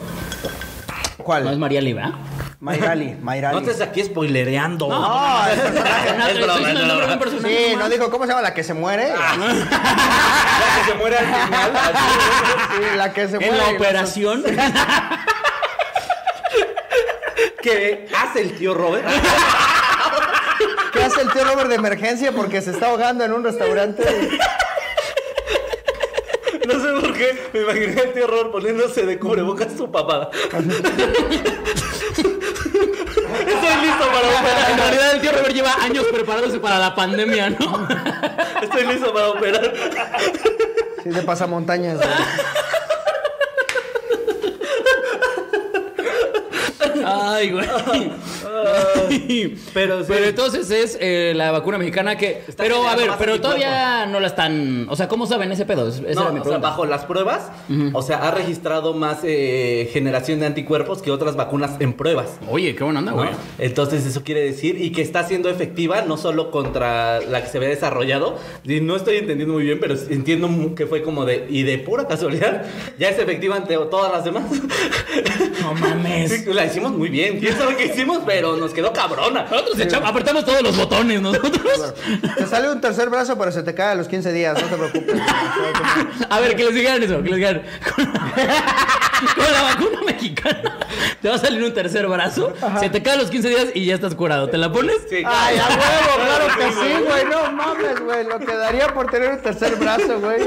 ¿Cuál? María ¿ah? ¿verdad? Mayrali, No Mayrali. estés aquí spoilereando. No, el No, personaje. no, Es estoy broma, diciendo es el nombre de broma. un personaje Sí, nomás. no dijo, ¿cómo se llama la que se muere? La que se muere al final. así. Sí, la que se muere. En la y operación. que hace el tío Robert. ¿Qué hace el tío Robert de emergencia porque se está ahogando en un restaurante? No sé por qué me imaginé al tío Robert poniéndose de cubrebocas su papada. Estoy listo para En operar. realidad, el tío Robert lleva años preparándose para la pandemia, ¿no? Estoy listo para operar. Sí, de pasamontañas. güey. Ay, güey. Pero sí. Pero entonces es eh, la vacuna mexicana que. Está pero a generando ver, más pero anticuerpos. todavía no la están. O sea, ¿cómo saben ese pedo? Es- Esa era No, mi o sea, pregunta. bajo las pruebas, o sea, ha registrado más eh, generación de anticuerpos que otras vacunas en pruebas. Oye, qué buena onda, ¿no? güey. Entonces eso quiere decir y que está siendo efectiva no solo contra la que se había desarrollado. Y no estoy entendiendo muy bien, pero entiendo mu- que fue como de y de pura casualidad ya es efectiva ante todas las demás. No mames. Sí, la hicimos muy bien. ¿Quién sabe qué hicimos? Pero nos quedó cabrona. Nosotros echamos, apretamos todos los botones nosotros. Te sale un tercer brazo, pero se te cae a los 15 días, no te preocupes. A ver, que les digan eso, que les digan. Con, con la vacuna mexicana te va a salir un tercer brazo, se te cae a los 15 días y ya estás curado. ¿Te la pones? Sí, Ay, a claro. huevo, claro que sí, güey. No mames, güey. Lo que daría por tener un tercer brazo, güey.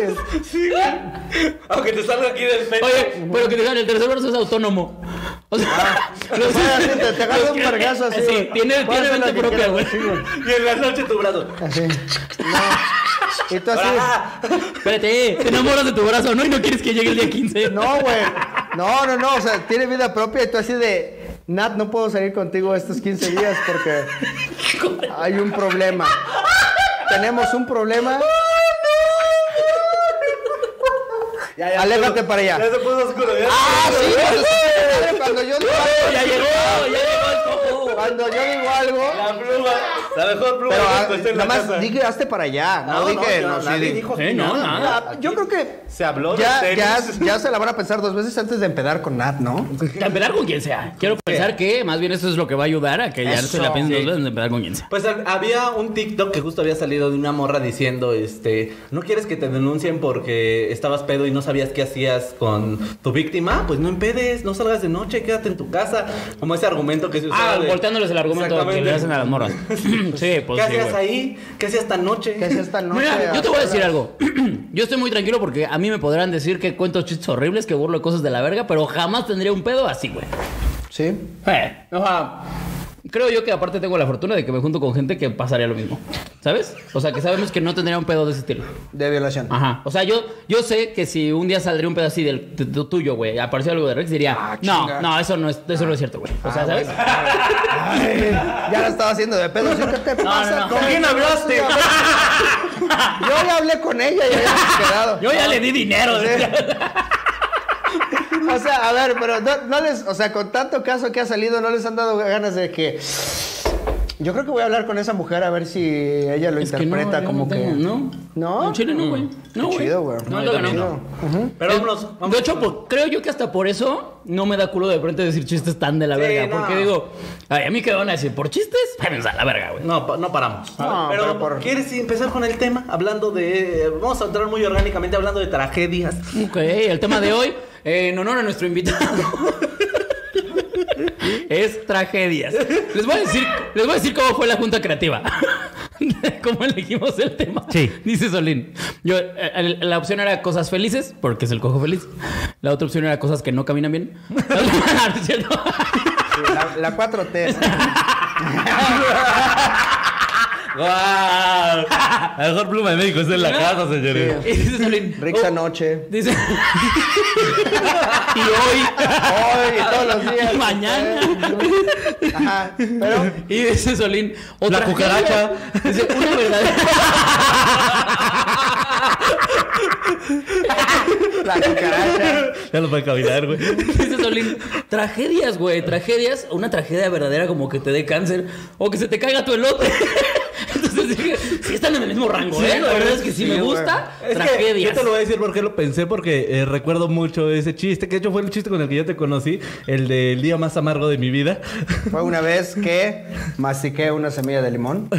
Sí, güey. Aunque te salga aquí del pecho. Oye, pero que te digan, el tercer brazo es autónomo. O sea, los- Bueno, así te, te agarra los un que- vergazo así. Sí, güey. tiene, Puedes tiene hacer lo mente que propia, quieras, güey. así, güey. Y en la noche tu brazo. Así. No. Y tú así. Ah, Espérate, te enamoras de tu brazo, ¿no? Y no quieres que llegue el día 15. No, güey. No, no, no. O sea, tiene vida propia y tú así de. Nat, no puedo salir contigo estos 15 días porque hay un problema. Tenemos un problema. ya, ya, Aléjate todo- para allá. Ya se puso oscuro. ya. Ah, sí, cuando se- madre, cuando yo digo algo, Ya llegó, ya llegó el cojo. cuando yo digo algo, La pluma. La mejor pluma pero ah, que esté en la nada más casa. dije hazte para allá, no, dije yo- no, sí, nadie di- dijo Sí, aquí Eh, no, nada. nada. Ah, Yo creo que Se habló de ya, tenis. ya, ya se la van a pensar dos veces antes de empedar con Nat, ¿no? Empezar con quien sea. Quiero pensar que más bien esto es lo que va a ayudar a que ya se Eso. la piensen Sí. dos veces de empezar con quien sea. Pues ha- había un TikTok que justo había salido de una morra diciendo, este, ¿no quieres que te denuncien porque estabas pedo y no sabías qué hacías con tu víctima? Pues no empedes, no salgas de noche, quédate en tu casa. Como ese argumento que se usaba Ah, de- volteándoles el argumento que Exactamente. le hacen a las morras. sí, ¿Qué pues sí, hacías güey. ahí? ¿Qué hacías esta noche? Que es esta noche. Mira, yo te voy a afuera. decir algo. Yo estoy muy tranquilo porque a mí me podrán decir que cuento chistes horribles, que burlo cosas de la verga, pero jamás tendría un pedo así, güey. Sí. Eh, o sea, creo yo que aparte tengo la fortuna de que me junto con gente que pasaría lo mismo. ¿Sabes? O sea, que sabemos que no tendría un pedo de ese estilo. De violación. Ajá. O sea, yo, yo sé que si un día saldría un pedo así del tu- tu- tuyo, güey, apareció algo de Rex, diría, Ah, no, chinga. no, eso no es, eso no es cierto, güey. O sea, Ah, ¿sabes? bueno. Ay, ya la estaba haciendo de pedo. ¿sí? ¿Qué te No, pasa? no, no. ¿Con quién hablaste? Yo ya hablé con ella y habíamos quedado. Yo ya le di dinero. decía. O sea, a ver, pero no, no les, o sea, con tanto caso que ha salido, no les han dado ganas de que. Yo creo que voy a hablar con esa mujer a ver si ella lo Es que no, interpreta yo como no que. tengo, No. ¿No? En Chile no, güey. No, Qué güey. chido, güey. No, No, creo yo que no. también Chido. Ujú. Pero Eh, vámonos, vámonos. de hecho, por- creo yo que hasta por eso no me da culo de frente decir chistes tan de la Sí, verga. no. Porque digo, ay, a mí que van a decir, ¿por chistes? Váyanse a la verga, güey. No, pa- no paramos. No, pero, pero por- ¿quieres empezar con el tema? Hablando de... Vamos a entrar muy orgánicamente hablando de tragedias. Ok, el tema de hoy, eh, en honor a nuestro invitado. Es tragedias. Les voy a decir, les voy a decir cómo fue la junta creativa. cómo elegimos el tema. Sí. Dice Solín. Yo, eh, el- la opción era cosas felices, porque es el cojo feliz. La otra opción era cosas que no caminan bien. ¿No es cierto? Sí, La, la 4T. ¿no? ¡Guau! La mejor pluma de México está en la casa, señores. Y dice Solín, Rixa oh, noche. Dice. y hoy. Hoy, todos los días. Mañana. Ajá. Pero Y dice Solín. Otra La cucaracha. Dice, una verdadera. la cucaracha. Ya lo pueden caminar, güey. Dice Solín, tragedias, güey, tragedias. Una tragedia verdadera como que te dé cáncer o que se te caiga tu elote. Entonces dije, sí están en el mismo rango, ¿eh? La verdad es que sí, sí, me güey. gusta. Es que tragedias. yo te lo voy a decir porque lo pensé, porque eh, recuerdo mucho ese chiste, que de hecho fue el chiste con el que yo te conocí, el del día más amargo de mi vida. Fue una vez que mastiqué una semilla de limón.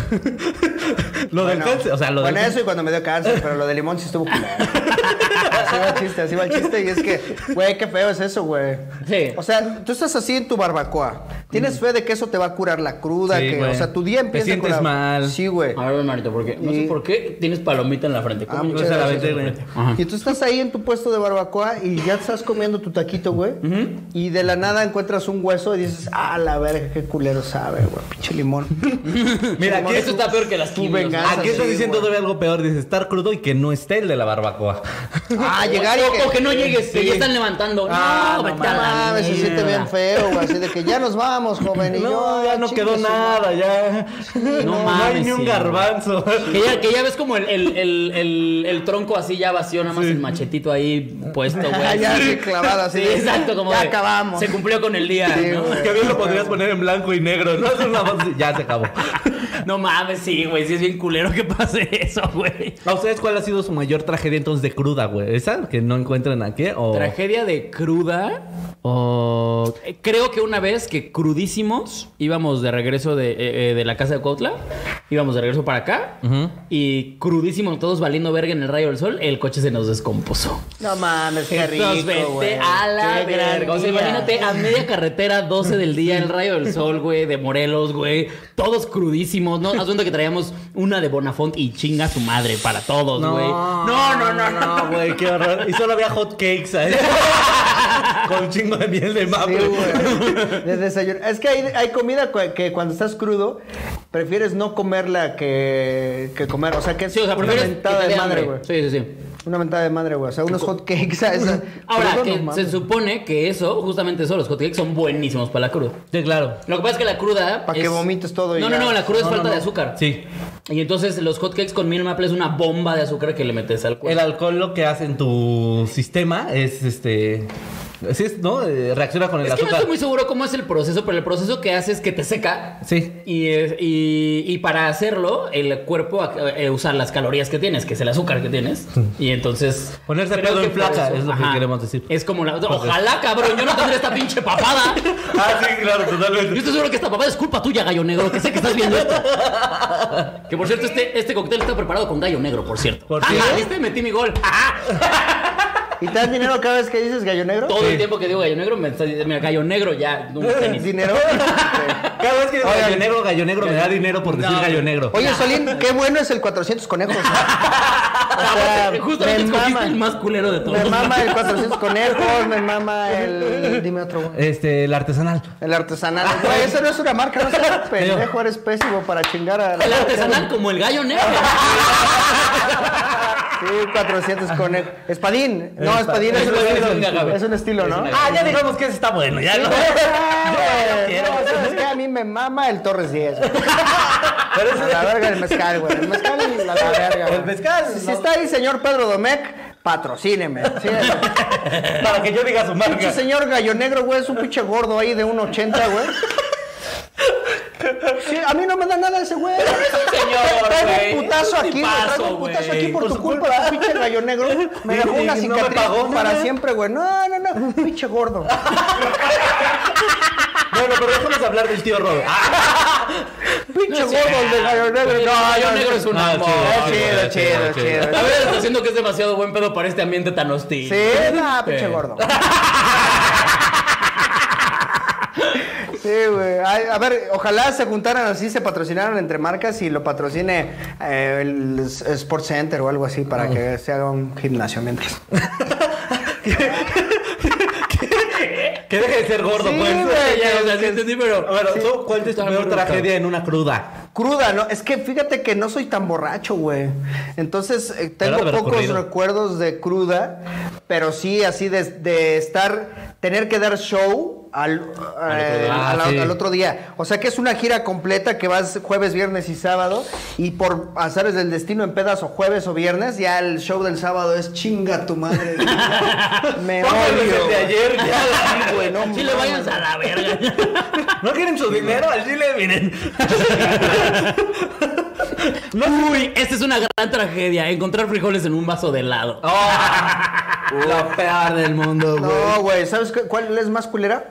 Lo del Bueno, cáncer, o sea, lo bueno, del eso y cuando me dio cáncer, pero lo de limón sí estuvo culero. Así va el chiste, así va el chiste. Y es que, güey, qué feo es eso, güey. Sí. O sea, tú estás así en tu barbacoa. Tienes fe de que eso te va a curar la cruda. Mm. Sí, que, güey. o sea, tu día Te empieza sientes con la- mal. Sí, güey. A ver, Marito, porque no sé Y- por qué tienes palomita en la frente. Ah, ¿Cómo muchas llegas a gracias, la güey. frente? Ajá. Y tú estás ahí en tu puesto de barbacoa y ya estás comiendo tu taquito, güey. Y de la nada encuentras un hueso y dices, ah, la verga, qué culero sabe, güey. Pinche limón. Mira, Como aquí Eso está peor que las Tu quimios. venganza. Aquí estás Ah, Sí, diciendo güey. todavía algo peor, dices estar crudo y que no esté el de la barbacoa. Ah, llegar y o, o que no llegues, que Sí. ya están levantando. Ah, no, no, vete a la mames, se siente mierda. bien feo, güey. Así de que ya nos vamos, joven. Y No, yo, ya ah, no chingue quedó su nada, ya. No hay mames, ni sí, un güey. garbanzo. Que ya, que ya ves como el, el, el, el, el tronco así ya vacío, nada más el machetito ahí puesto, madre. güey. ya así clavado, así. Sí, de, exacto, como Ya de, acabamos. Se cumplió con el día, Sí, ¿no? güey. Que bien lo podrías poner en blanco y negro, ¿no? Es una voz- Ya se acabó. No mames, sí, güey, sí es bien culero que pase eso, güey. ¿A ustedes cuál ha sido su mayor tragedia entonces de cruda, güey? ¿Esa? ¿Que no encuentran aquí? ¿O, Tragedia de cruda. o Eh, Creo que una vez que crudísimos íbamos de regreso de, eh, eh, de la casa de Cuautla, íbamos de regreso para acá y crudísimos todos valiendo verga en el rayo del sol, el coche se nos descompuso. No mames, qué rico, Entonces, güey. vete a la Qué gran verga. O sea, día. imagínate a media carretera, 12 del día, el rayo del sol, güey, de Morelos, güey. Todos crudísimos, ¿no? Haz cuenta que traíamos una de Bonafont y chinga su madre para todos, güey. no, no, no, no, Ah, güey, qué horror. Y solo había hot cakes ahí. Con chingo de miel de Sí, maple. güey. De desayuno. Es que hay, hay comida cu- que cuando estás crudo prefieres no comerla que, que comer. O sea, que es Sí, o sea, prefieres una mentada que te de dé madre, hambre. güey. Sí, sí, sí. Una mentada de madre, güey. O sea, unos hot cakes. a esa- Ahora, Crudo, que no se mames. supone que eso, justamente eso, los hotcakes son buenísimos para la cruda. Sí, claro. Lo que pasa es que la cruda. Pa' que es- vomites todo y No, no, ya. no, la cruda es No, no, falta de no. azúcar. Sí. Y entonces los hotcakes con miel maple es una bomba de azúcar que le metes al El cuerpo. alcohol lo que hace en tu sistema es este. Sí, es, ¿no? Eh, Reacciona con el Es que no azúcar. estoy muy seguro cómo es el proceso, pero el proceso que hace es que te seca. Sí. Y, es- y, y para hacerlo, el cuerpo ac- eh, usa las calorías que tienes, que es el azúcar que tienes. Y entonces. Ponerse creo pedo que en por placa, eso- es lo que queremos decir. Es como la. Ojalá, cabrón, yo no tendría esta pinche papada. Ah, sí, claro, Yo totalmente. estoy seguro que esta papada es culpa tuya, gallo negro, que sé que estás viendo esto. Que por cierto, este, este cóctel está preparado con gallo negro, por cierto. ¿Por qué? Ajá, ¿Viste? Metí mi gol. Ajá. ¿Y te das dinero cada vez que dices gallo negro? Todo el tiempo que digo gallo negro, me está diciendo, mira, gallo negro ya, no me tenis. ¿Dinero? Ok. Cada vez que digo Oigan. gallo negro, gallo negro me da dinero por decir No. gallo negro. Oye, Solín, qué bueno es el 400 conejos. güey. O sea, Ah, Justamente me eh, escogiste mama. el más culero de todos. Me mama el 400 conejos, me mama el... Dime otro, güey. Este, el artesanal. El artesanal. Güey, eso no es una marca, no seas pendejo, eres pésimo para chingar a... El artesanal como el gallo negro. Sí, 400 conejos. Espadín. No, espadín es un Espadín es un estilo. agave. Es un estilo, ¿no? Ah, ya digamos que ese está bueno, ya no. Güey, quiero. no, ¿sabes qué? A mí me mama el Torres 10. güey. Pero A la verga el mezcal, güey. El mezcal a la verga. güey. El mezcal, Si, si no. está ahí, señor Pedro Domecq, patrocíneme. Sí, Para que yo diga su Ese marca. señor gallo negro, güey, es un pinche gordo ahí de 1.80, güey. Sí, a mí no me da nada ese güey. señor, Traigo güey. un putazo aquí, güey. Tipazo, Traigo un putazo güey. aquí por, tu culpa, pinche gallo negro. Me Y- dejó y no una me cicatriz pagó. para siempre, güey. No, no, no. Pinche gordo. Bueno, pero déjanos hablar del tío Robert. Ah, Pinche No, sí. gordo el de gallo negro. El No, gallo no, negro no. es un Ah, amor. Ah, sí, Chido, chido, chido. chido. A ver, está haciendo que es demasiado buen pedo para este ambiente tan hostil. Sí, no, pinche gordo. Sí, güey. Ay, A ver, ojalá se juntaran así, se patrocinaran entre marcas y lo patrocine eh, el S- Sports Center o algo así para que se haga un gimnasio mientras. Que deje de ser gordo, Sí, pues. güey. Ya, o sea, sí entendí, pero. Bueno, Sí. ¿tú cuál es tu Está peor muy ruca. tragedia en una cruda? Cruda, ¿no? Es que fíjate que no soy tan borracho, güey. Entonces, eh, Era tengo de haber pocos ocurrido. recuerdos de cruda, pero sí así de, de estar, tener que dar show al, eh, día. al- Ah, sí. al otro día. O sea que es una gira completa que vas jueves, viernes y sábado, y por azares del destino en pedas o jueves o viernes, ya el show del sábado es chinga tu madre. Me Pónganlo odio. desde ayer, ya. Sí, güey, no Chile, mames. váyanse a la verga. ¿No quieren su dinero? Al chile, miren. Uy, esta es una gran tragedia. ¿eh? Encontrar frijoles en un vaso de helado. Oh, la peor del mundo, No, güey, ¿sabes qué- cuál es más culera?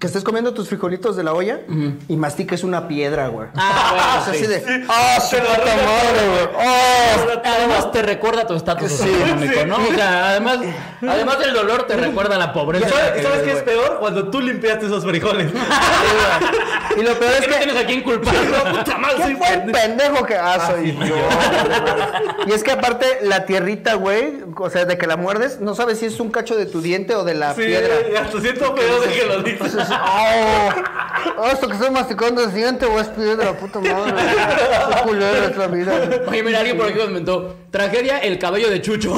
Que estés comiendo tus frijolitos de la olla y mastiques una piedra, güey. Ah, O sea, así de. "Oh, ¡Ah, se lo ¡Puta madre, güey! ¡Ah! Además te recuerda tu estatus Sí, socioeconómico, ¿no? O sea, además, además del dolor te recuerda la pobreza. ¿Sabes, eh, sabes qué es peor? Cuando tú limpiaste esos frijoles. Y lo peor es Es que no que. tienes a quién culpar. puta madre, ¡Qué soy buen pendejo que. Ah, soy sí, yo. güey. Y es que aparte, la tierrita, güey, o sea, de que la muerdes, no sabes si es un cacho de tu diente o de la Sí, piedra. hasta siento feo de que lo dices. ¡Oh! Oh, esto que estoy masticando es diente o es piedra, puta madre. Qué culera es la vida. güey. Oye, mira, alguien por aquí comentó: tragedia, el cabello de Chucho.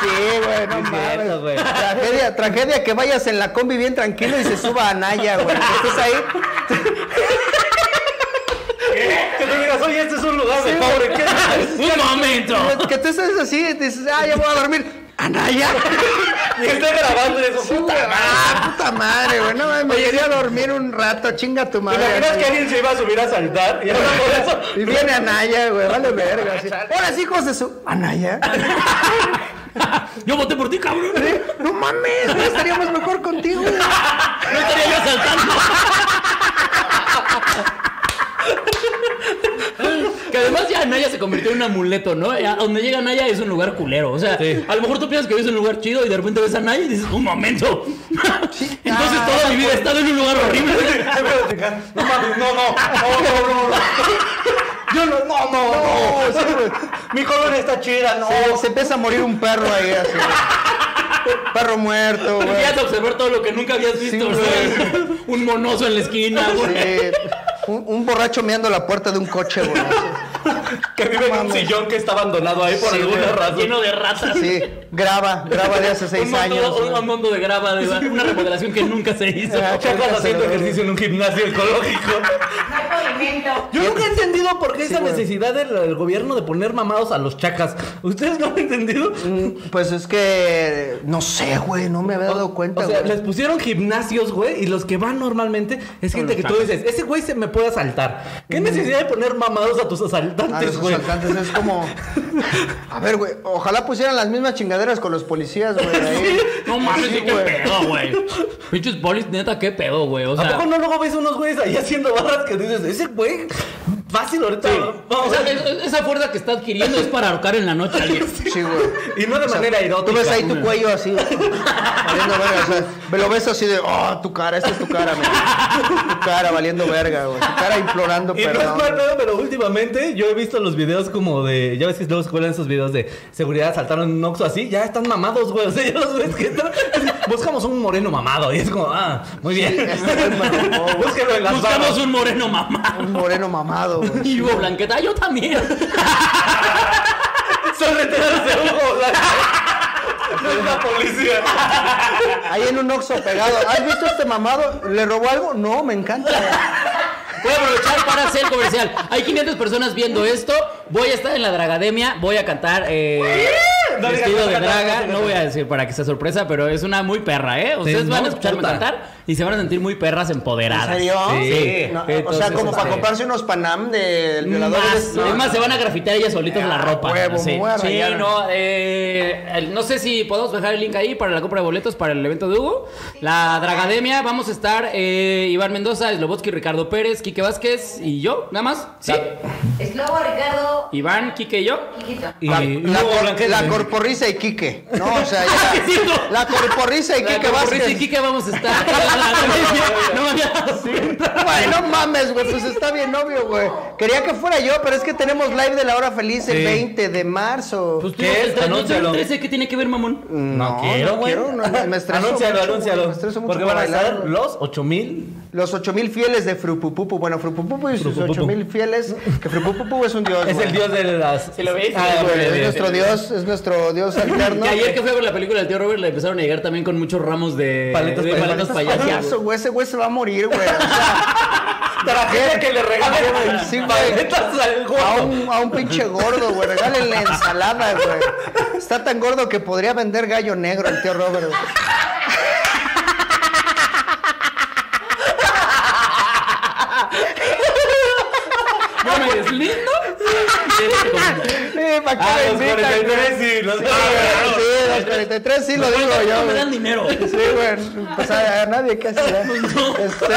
Sí, güey, no mames. Cierto, güey. Tragedia, tragedia que vayas en la combi bien tranquilo y se suba a Naya, güey. Que estés ahí. Que tú digas, oye, este es un lugar de pobre. ¿Qué dices? ¡Un momento! Que tú estés así y dices, ah, ya voy a dormir. ¿Anaya? Y está grabando eso. puta madre. Ah, puta madre, güey. No, mames, me quería dormir un rato, chinga tu ¿Te madre. imaginas que alguien se iba a subir a saltar? Y ahora por eso. Y viene Anaya, güey, vale verga. así. Ahora sí, hijos de su. ¿Anaya? Ah, Yo voté por ti, cabrón. ¿Sí? No mames, güey, estaríamos mejor contigo. No estaría yo saltando. Que además ya Naya se convirtió en un amuleto, ¿no? Ya, donde llega Naya es un lugar culero. O sea, Sí. a lo mejor tú piensas que ves un lugar chido y de repente ves a Naya y dices, un momento. Entonces toda mi vida he estado en un lugar horrible. No mames, no, no, no, no, no, no. Yo no, no, no, no. sí, güey. Mi color está chida, no. Se, se empieza a morir un perro ahí, así. güey. Perro muerto, güey. Empiezas a observar todo lo que nunca habías visto. Sí, o sea, un monoso en la esquina, güey. Sí. Un, un borracho meando la puerta de un coche, güey. Que vive en un sillón que está abandonado ahí por Sí, alguna güey. razón. Lleno de ratas. Sí, graba, graba de hace un seis montón- años. un, un montón de grava, de, una remodelación que nunca se hizo. Ah, Chacas haciendo ejercicio en un gimnasio ecológico. movimiento. Yo nunca he entendido por qué esa güey. necesidad del, del gobierno de poner mamados a los chacas. ¿Ustedes no han entendido? Mm, Pues es que no sé, güey, no me había dado cuenta, o sea, güey. les pusieron gimnasios, güey, y los que van normalmente es gente que tú dices, ese güey se me puede asaltar. ¿Qué necesidad de poner mamados a tus Mm. A los asaltantes, güey? asaltantes es como. A ver, güey, ojalá pusieran las mismas chingaderas con los policías, güey. ahí. No mames, Sí, qué güey. pedo, güey. Pinches polis, neta, qué pedo, güey. O ¿A sea, poco no luego ves unos güeyes ahí haciendo barras que dices, ese güey, fácil ahorita? o vamos sea, a- es- es- esa fuerza que está adquiriendo es para ahorcar en la noche a alguien. Sí, güey. Y no de manera erótica. Tú ves ahí tu cuello así, güey, valiendo verga, o sea, me lo ves así de, oh, tu cara, esta es tu cara, güey. Tu cara valiendo verga, güey. Tu cara implorando Y no es perdón. mal pedo, pero últimamente yo he visto los videos como de. Ya ves que luego se cuelan esos videos de seguridad, saltaron un oxo así, ya están mamados, güey. O sea, ya los ves que están- Buscamos un moreno mamado y es como, ah, muy bien. este es mamado, güey. Búsquenlo en las Buscamos barras. un moreno mamá. Un moreno mamado, güey. Y Hugo Blanqueta, "Ah, yo también. Son letreros de Hugo Blanco. No es la policía. Ahí en un oxo pegado. ¿Has visto este mamado? ¿Le robó algo? No, me encanta. güey. Voy a aprovechar para hacer comercial. Hay 500 personas viendo esto. Voy a estar en la Dragademia. Voy a cantar eh, No digas vestido que de vas a cantar, draga. no digas No voy a decir para que sea sorpresa, pero es una muy perra, ¿eh? Ustedes Sí, van a no, escucharme puta. cantar y se van a sentir muy perras ¿En empoderadas. serio? Sí. No, o Entonces, sea, como para este- comprarse unos Panam del violador. Más, No. es más, se van a grafitear ellas solitas Ah, la ropa. huevo, sí, me voy a Sí, rayar. no, eh, el- no sé si podemos dejar el link ahí para la compra de boletos para el evento de Hugo. La Dragademia, vamos a estar eh, Iván Mendoza, Slobotsky, Ricardo Pérez, Quique Vázquez y yo, nada más. Sí. Es lobo, Ricardo. Iván, Quique y yo. Chiquito. Y La, y la Hugo cor- Blanqueta la también. corporrisa y Quique. No, o sea, ya- Sí, no. La corporrisa y La Quique Corporrisa y Vázquez. Quique vamos a estar. no me había dado cuenta. Güey, no mames, güey, pues está bien obvio, güey. Quería que fuera yo, pero es que tenemos live de la hora feliz el Sí. 20 de marzo. Pues tú ¿Qué el es? tre- no, tú el Anúncialo. 13, ¿qué tiene que ver, mamón? No, quiero, güey. quiero, no, me estreso Anúncialo, mucho, anúncialo. güey, me estreso mucho Porque van a para bailar, estar güey. los 8000. Los 8000 fieles de Frupupupu. Bueno, Frupupupu y sus Frupupupu. 8000 fieles. Que Frupupupu es un dios. Es güey. el dios de las. Si lo ves, Ah, sí, güey, Güey, bien, Es Pues nuestro dios, es nuestro dios alterno. Que ayer que fue con la película del tío Robert le empezaron a llegar también con muchos ramos de Paletas de pa- paletas paletas payaso. Payaso, güey, ese güey se va a morir, güey. O sea, Tragedia que le regalen Sí, güey. paletas al a, gordo. un, a un pinche gordo, güey. Regálenle ensalada, güey. Está tan gordo que podría vender gallo negro el tío Robert. güey. Yo me deslindo. Sí, ¿para qué Ah, lo los invitan, güey? 43 sí, los- Sí, Ah, güey, sí, los 43 sí lo digo yo, No me güey. dan dinero. Sí, güey. Pues a, a nadie casi. ¿eh? Este.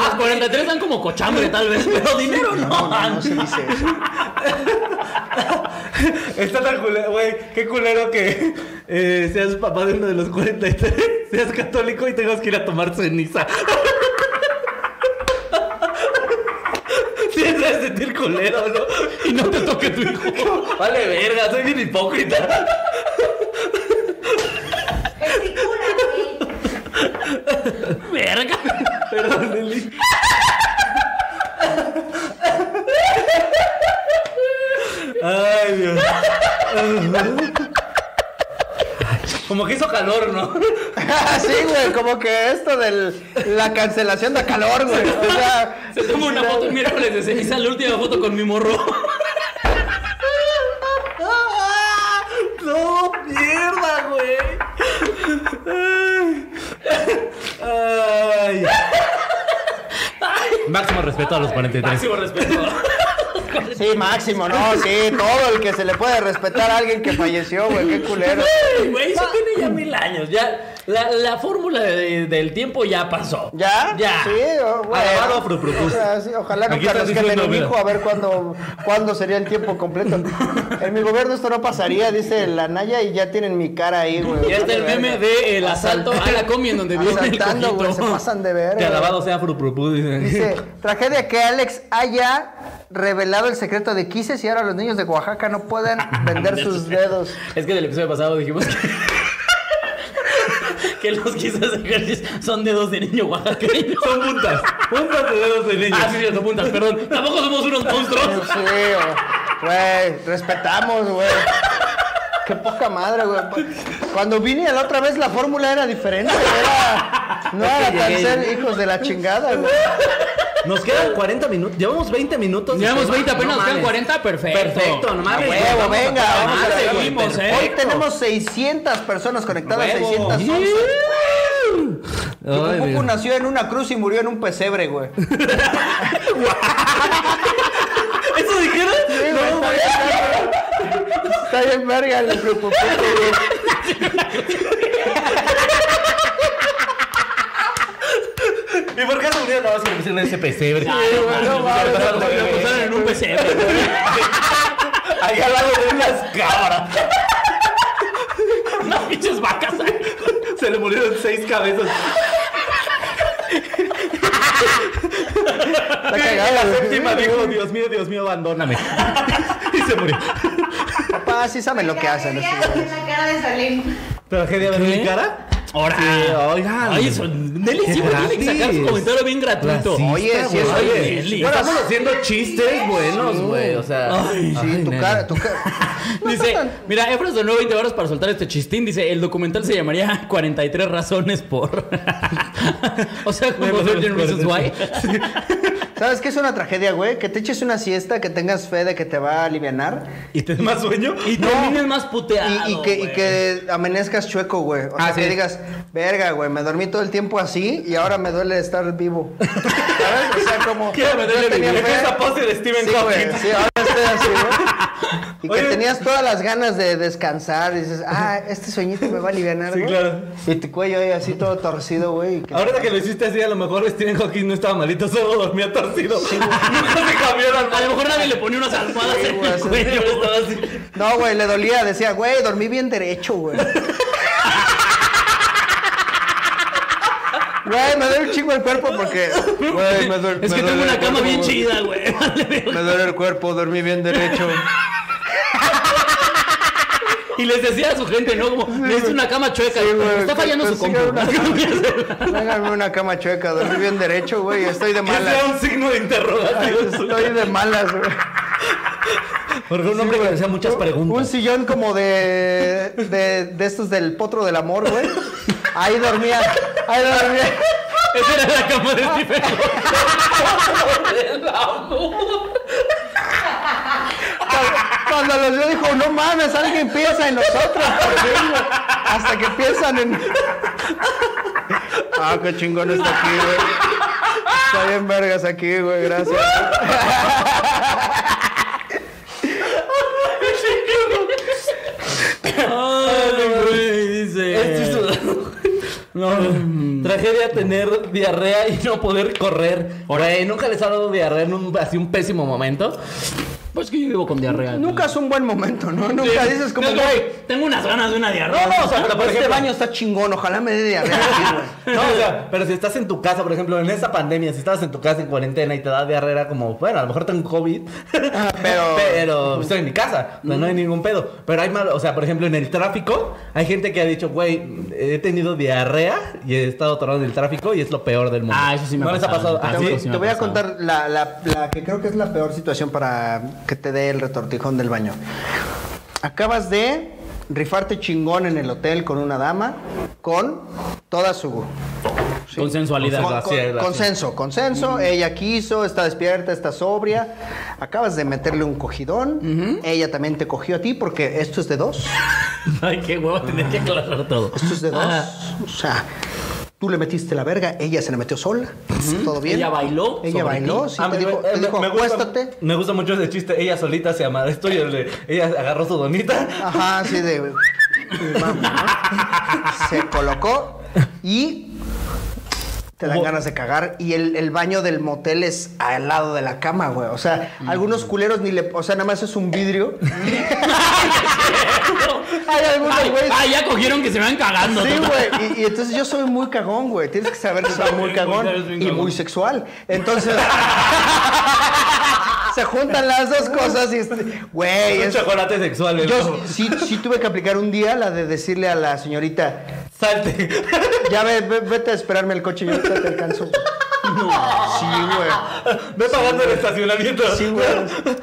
Los 43 dan como cochambre, tal vez, pero dinero no. No, no se dice eso. Está tan culero, güey. Qué culero que eh, seas papá de uno de los 43, seas católico y tengas que ir a tomar ceniza. Tienes que sentir culero, ¿no? Y no te toque tu hijo. Vale, verga, soy bien hipócrita. Testícula, güey. Verga. Perdón, Lili. Ay, Dios. Como que hizo calor, ¿no? sí, güey, como que esto de la cancelación de calor, güey. O sea, Se toma una foto el miércoles de ceniza, la última foto con mi morro. No, mierda, güey. Ay. Máximo respeto a los 43. Máximo respeto. sí, máximo, no, sí, todo el que se le puede respetar a alguien que falleció, güey, qué culero. Güey, eso tiene ya mil años. Ya, la, la fórmula de- del tiempo ya pasó. ¿Ya? Ya. Sí, o- bueno. Alabado Frupupus. O pues, sea, sí, ojalá Aquí nunca estás nos queden un diciendo, hijo a ver cuándo, cuándo sería el tiempo completo. En mi gobierno esto no pasaría, dice la Naya, y ya tienen mi cara ahí, güey. Y está el meme de el asalto a la comi en donde viene el Asaltando, güey, se cojito. pasan de ver. Te alabado sea Frupupú, dicen. Dice, tragedia que Alex haya revelado el secreto de Kisses y ahora los niños de Oaxaca no pueden vender sus dedos. Es que del episodio pasado dijimos que, que los quizás ejercicios son dedos de niño oaxaqueño. Son puntas. Puntas de dedos de niño. Ah, sí, cierto, puntas, perdón. Tampoco somos unos monstruos. Sí, o- güey, respetamos, güey. Qué poca madre, güey. Cuando vine la otra vez la fórmula era diferente, era... No era tan ser hijos de la chingada, güey. Nos quedan 40 minutos. Llevamos 20 minutos. de Llevamos tema. 20 apenas, No nos quedan mames. 40, perfecto. Perfecto, no mames. Huevo, Vamos a venga, tocar vamos a madre, la- güey, seguimos, ¿eh? perfecto. Hoy tenemos 600 personas conectadas, Huevo. 611. Ay, Cucucu Dios. nació en una cruz y murió en un pesebre, güey. ¿Eso dijeron? Sí, güey, No, está güey. bien, verga. Está bien verga el grupo. ¿Y por qué se unieron nada más que le pusieron ese pesebre? bueno, vale, Lo vale. pusieron en un pesebre. Allá al lado de unas cabras. Unas pinches vacas. Se le murieron seis cabezas. Está Y cagado. la güey. séptima dijo, Dios mío, Dios mío, abandóname. Y se murió. Papá, sí saben lo que hacen. Tragedia así, güey. en la cara de Salim. ¿Tragedia de mi cara? Ahora. Sí, oigan. Ay, son... Nelly Qué siempre tiene que sacar su gratis. comentario bien gratuito. Racista, Oye, sí, güey. oye, Oye, Nelly. Estamos haciendo chistes buenos, Sí. güey. O sea, Ay, Sí, tu Nelly. cara, tu cara. No está Dice, tan- mira, Efras donó 20 horas para soltar este chistín. Dice, el documental se llamaría 43 razones por. o sea, como Bueno, 13 reasons why. ¿Sabes qué es una tragedia, güey? Que te eches una siesta, que tengas fe de que te va a alivianar ¿Y te da más sueño? Y termines más puteado. y, y que, y güey. que amanezcas chueco, güey. O sea, Ah, que sí. digas, verga, güey, me dormí todo el tiempo así y ahora me duele estar vivo. ¿Sabes? O sea, como. ¿Qué? Me yo duele tenía vivir. fe- Esa pose de Stephen Sí, Hawking. güey, sí, ahora estoy así, güey. Y Oye. que tenías todas las ganas de descansar. Y dices, ah, este sueñito me va a aliviar, Sí, claro. Y tu cuello ahí así todo torcido, güey. y que- Ahorita que lo hiciste así, a lo mejor Stephen Hawking no estaba malito, solo dormía torcido. Nunca se cambió la A lo almohada. mejor nadie le pone unas almohadas Sí, en güey, el así- cuello. Estaba así. No, güey, le dolía. Decía, güey, dormí bien derecho, güey. Güey, me duele un chingo el cuerpo porque. Güey, me duele. Es que me tengo duele el una cama cuerpo, bien güey. chida, güey. Vale, verga. Me duele el cuerpo, dormí bien derecho. Y les decía a su gente, ¿no? Como, necesito una cama chueca. Sí, güey, está fallando su consigan compu. Háganme una cama chueca, dormí bien derecho, güey. Estoy de Que sea malas. un signo de interrogativo. Estoy de malas, güey. Porque un hombre que le hacía muchas Un preguntas. sillón como de, de. de estos del potro del amor, güey. Ahí dormía. Ahí dormía. Esa era la cama de Stephen. Cuando los vio dijo, no mames, alguien piensa en nosotros. por fin, güey". Hasta que piensan en. Ah, qué chingón está aquí, güey. Está bien vergas aquí, güey, gracias. Ay, güey, Este dice. Estoy sudando. No, tragedia tener diarrea y no poder correr. Güey, ¿nunca les ha dado diarrea en un, así un pésimo momento? Pues que yo vivo con diarrea. Nunca es un buen momento, ¿no? Nunca dices como, No, no, güey. Tengo unas ganas de una No, diarrea. no, o sea, Pero, por este ejemplo- baño está chingón, ojalá me dé diarrea aquí, güey. No, o sea, pero si estás en tu casa, por ejemplo, en esta pandemia, si estabas en tu casa en cuarentena y te da diarrea era como, bueno, a lo mejor tengo COVID, pero- pero estoy en mi casa, pues no hay ningún pedo. Pero hay mal, o sea, por ejemplo, en el tráfico, hay gente que ha dicho, güey, he tenido diarrea y he estado atorado en el tráfico y es lo peor del mundo. Ah, eso sí me ha ¿No les pasado. ha pasado? Ah, ¿Ah, sí? sí. me te ha voy a pasado. contar la, la- la que creo que es la peor situación para que te dé el retortijón del baño. Acabas de rifarte chingón en el hotel con una dama, con toda su... sí. Consensualidad. Con- Así con- es, así es. consenso, consenso. Ella quiso, está despierta, está sobria. Acabas de meterle un cogidón. Ella también te cogió a ti porque esto es de dos. Ay, qué huevo tener que aclarar todo. Ah. Esto es de dos. Ajá. O sea, tú le metiste la verga, ella se la metió sola. Todo bien. Ella bailó sobre Ella bailó, ti. Oh, sí. Ah, te dijo, te eh, dijo, acuéstate. Gusta, me gusta mucho ese chiste. Ella solita se amaba esto y el- ella agarró su donita. Ajá, así de. vamos, ¿no? Se colocó y. Te dan Hubo- ganas de cagar. Y el, el baño del motel es al lado de la cama, güey. O sea, algunos culeros ni le. O sea, nada más es un vidrio. Hay algunos Ay, güeyes. ay, ya cogieron que se me van cagando. Sí, total. güey. Y, y entonces yo soy muy cagón, güey. Tienes que saber que soy muy cagón eres bien y cagón. muy sexual. Entonces. se juntan las dos cosas y. este- Güey, Un es- chocolate sexual. el- yo sí, sí tuve que aplicar un día la de decirle a la señorita, Salte. ya ve, ve- vete a esperarme el coche, yo ahorita te alcanzo. Sí, güey. Ve pagando el estacionamiento. Sí, güey.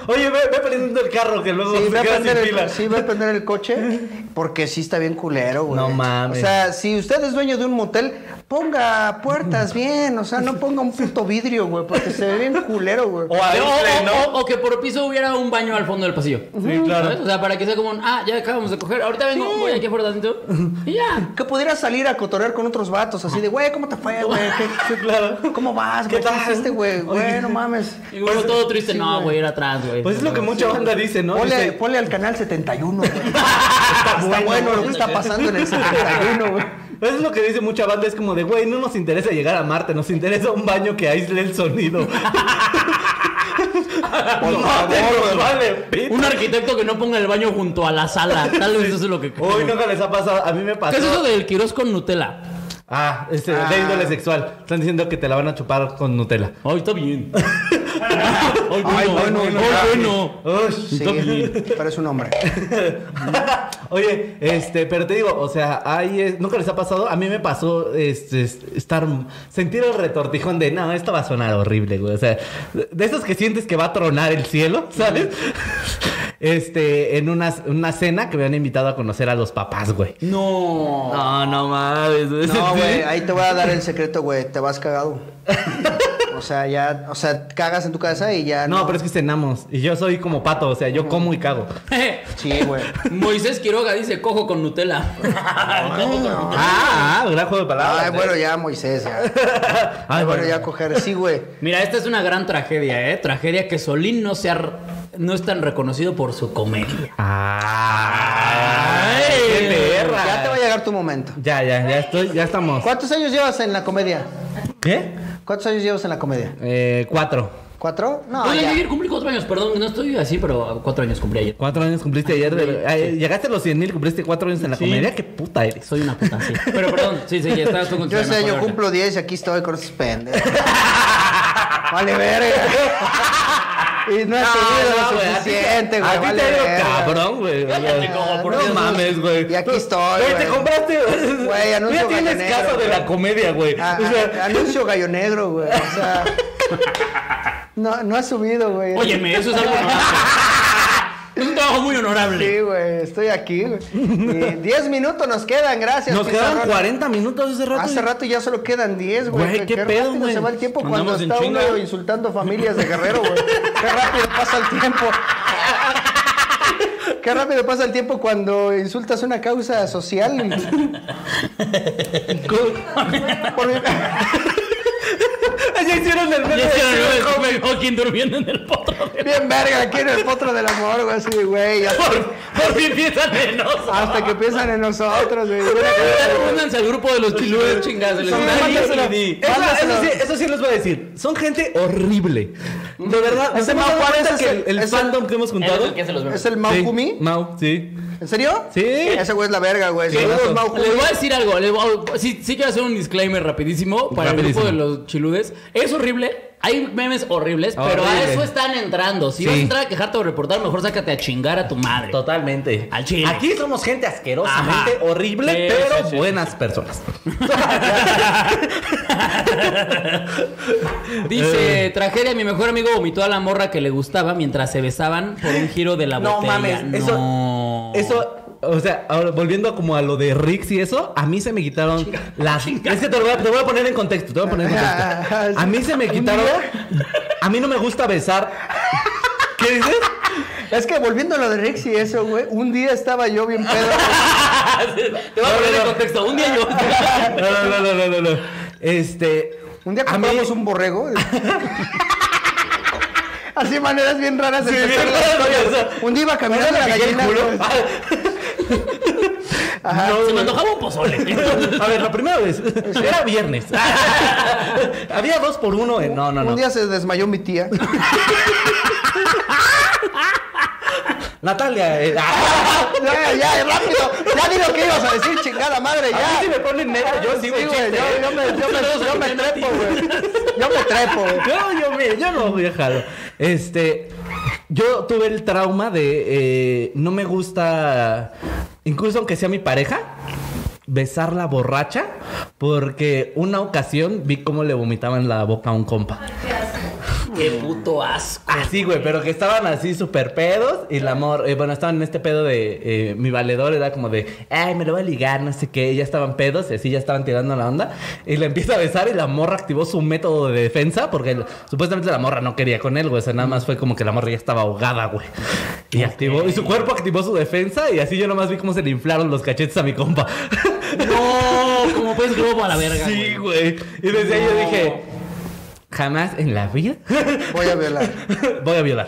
Oye, ve, ve prendiendo el carro que luego Sí, se ve a queda sin prender pila. el, sí, ve a prender el coche porque sí está bien culero, güey. No mames. O sea, si usted es dueño de un motel, ponga puertas bien, o sea, no ponga un puto vidrio, güey, porque se ve bien culero, güey. O ahí, O, o- ¿no? o- o que por piso hubiera un baño al fondo del pasillo. Sí, claro. ¿Sabes? O sea, para que sea como un, ah, ya acabamos de coger, ahorita vengo, voy aquí afuera tantito. Y ya. Que pudiera salir a cotorear con otros vatos, así de, güey, ¿cómo te fue, güey? ¿Qué- Claro. ¿Cómo vas, ¿Qué güey? ¿Qué tal? hiciste, güey? Güey, no mames. Y luego todo triste, sí, no, güey. güey, era atrás, güey. Pues es lo que mucha banda dice, ¿no? ponle, Dice, ponle al canal 71, güey. está, bueno, bueno, lo que está pasando en el 71, güey. pues es lo que dice mucha banda, es como de, güey, no nos interesa llegar a Marte, nos interesa un baño que aísle el sonido. Por No, favor, te- güey. vale, pito. Un arquitecto que no ponga el baño junto a la sala. Tal vez eso es lo que. Uy, nunca les ha pasado, a mí me pasó. ¿Qué es eso del Quirós con Nutella? Ah, este, Ah. de índole sexual. Están diciendo que te la van a chupar con Nutella. Ay, está bien. Ay, bueno, ay, bueno. bueno, Ush. Sí, parece un hombre. Oye, este, pero te digo, o sea, ahí es- nunca les ha pasado. A mí me pasó este, este, estar sentir el retortijón de, no, esto va a sonar horrible, güey. O sea, de esos que sientes que va a tronar el cielo, ¿sabes? Este, en una, una cena que me han invitado a conocer a los papás, güey. No. No, no mames. No, güey, ahí te voy a dar el secreto, güey. Te vas cagado. O sea, ya, o sea, cagas en tu casa y ya. No, pero es que cenamos. Y yo soy como pato, o sea, yo como y cago. Sí, güey. Moisés Quiroga dice cojo con Nutella. Cojo con Nutella. Ah, ah, gran juego de palabras. Ay, eh. bueno, ya, Moisés, ya. Ay, bueno, ya coger. Sí, güey. Mira, esta es una gran tragedia, ¿eh? Tragedia que Solín no, sea, r- no es tan reconocido por su comedia. Ay, qué perra. Ya te va a llegar tu momento. Ya, ya, ya estoy, ya estamos. ¿Cuántos años llevas en la comedia? ¿Qué? ¿Cuántos años llevas en la comedia? Eh, cuatro. ¿Cuatro? No, Oye, ya. ayer cumplí cuatro años, perdón, no estoy así, pero cuatro años cumplí ayer. Cuatro años cumpliste ayer. Ah, de- güey, ay, Llegaste a los 100 mil, cumpliste cuatro años en la Sí. comedia. Qué puta eres. Soy una puta, sí. Pero perdón, sí, sí, ya estabas tú con tu Yo este tema, año Jorge. cumplo 10 y aquí estoy con esos pendejos. vale, verga. Ah, Y no he subido no, lo güey, a ti te- suficiente, a güey. ti te Vale, ha ido verga. cabrón, güey. o sea, Cállate, como por no Dios. mames, güey. Y aquí estoy, Güey, te güey. compraste. Güey, Tú anuncio ya tienes gallinero, casa de güey. la comedia, güey. A- O sea, a- Ah, anuncio gallo negro, güey. O sea. No, no ha subido, güey. Óyeme, eso es algo honorable. Es un trabajo muy honorable. Sí, güey, estoy aquí, güey. Y 10 minutos nos quedan, gracias. nos quedan Pizarrón. 40 minutos hace rato. Hace rato ya solo quedan 10, güey. Güey, qué pedo, rápido güey. se va el tiempo Andamos cuando en está chinga. uno insultando familias de Guerrero, güey. Qué rápido pasa el tiempo. Qué rápido pasa el tiempo cuando insultas una causa social. Por mi- Ya hicieron el Ya meme. hicieron el nuevo Come Joaquín durmiendo en el potro. Bien verga, aquí en el potro del amor, güey, así, güey. Hasta, Por, por si empiezan menos. hasta que piensan en nosotros, güey. Mira que- Únanse al grupo de los chiludes, chingados. Son mándaselo. Eso, Mándaselo. eso sí, eso sí les voy a decir. Son gente horrible. De verdad. Ese ¿Nos hemos Mau dado Juárez cuenta es que el- el, el es el- fandom que hemos juntado? que hace los memes. ¿Es el Sí, Maukumi? Mau, sí. ¿En serio? Sí. Ese güey es la verga, güey. Sí, Saludos, rato. Maukumi. Les voy a decir algo, les voy a- sí, sí quiero hacer un disclaimer rapidísimo para Rapidísimo. el grupo de los chiludes. Es horrible, hay memes horribles, pero a Horrible. eso están entrando. Si Sí. vas a entrar a quejarte o reportar, mejor sácate a chingar a tu madre. Totalmente. Al chile. Aquí somos gente asquerosamente Ajá. horrible, Sí, pero sí, sí. buenas personas. Dice, tragedia, mi mejor amigo vomitó a la morra que le gustaba mientras se besaban por un giro de la No botella. mames, eso- No. Eso, o sea, ahora, volviendo a como a lo de Rix y eso, a mí se me quitaron las. Es que te lo voy a, te voy a poner en contexto, te voy a poner en Ah, contexto. A mí se me ¿Un quitaron. día? A mí no me gusta besar. ¿Qué dices? Es que volviendo a lo de Rix y eso, güey, un día estaba yo bien pedo. güey. Te voy a No, poner no, en no. contexto. Un día yo. No, no, no, no, no, no. Este. Un día a mí- compramos un borrego. Así maneras bien raras de empezar la historia. Un día iba caminando la piqué el gallina. culo. Ah, güey. Ajá. se me antojaba un pozole. A ver, la primera vez. Era viernes. Había dos por uno. en- No, no, no. Un día se desmayó mi tía. Natalia. eh, ah. ya, ya, rápido. Ya di lo que ibas a decir, chingada madre. A mí Ya. sí me ponen negro. Yo Sí, sí, güey, güey. chiste, yo, eh. yo me, yo me, yo me trepo, güey. Yo me trepo, güey. Yo, yo, mire, yo no voy a dejarlo. Este, yo tuve el trauma de eh, no me gusta, incluso aunque sea mi pareja, besar la borracha, porque una ocasión vi cómo le vomitaban la boca a un compa. Qué puto asco. Así, güey, pero que estaban así súper pedos y el amor, eh, bueno, estaban en este pedo de eh, mi valedor, era como de, ay, me lo voy a ligar, no sé qué, y ya estaban pedos y así ya estaban tirando la onda. Y le empieza a besar y la morra activó su método de defensa porque el- supuestamente la morra no quería con él, güey, o sea, nada más fue como que la morra ya estaba ahogada, güey. Y activó, y su cuerpo activó su defensa y así yo nomás vi cómo se le inflaron los cachetes a mi compa. No, como pues globo a la verga. sí, güey. Y desde ahí yo dije, jamás en la vida Voy a violar. voy a violar.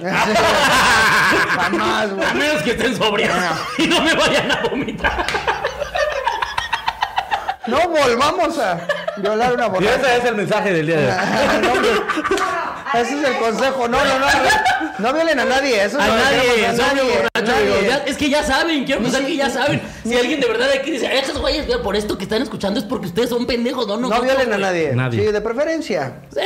Jamás, güey. A menos que estén sobrios y no me vayan a vomitar. No volvamos a violar una Y borracha. ese es el mensaje del día de hoy. No, hombre. Ese es el consejo. No, no, no. No violen a nadie. Eso A no lo nadie, dejamos, sobrio borracho, nadie. digo, ya- es que ya saben, quiero pensar que ya saben. Si alguien de verdad aquí dice, esos güeyes, güey, por esto que están escuchando es porque ustedes son pendejos, no, no. No violen a nadie. Nadie. Sí, de preferencia.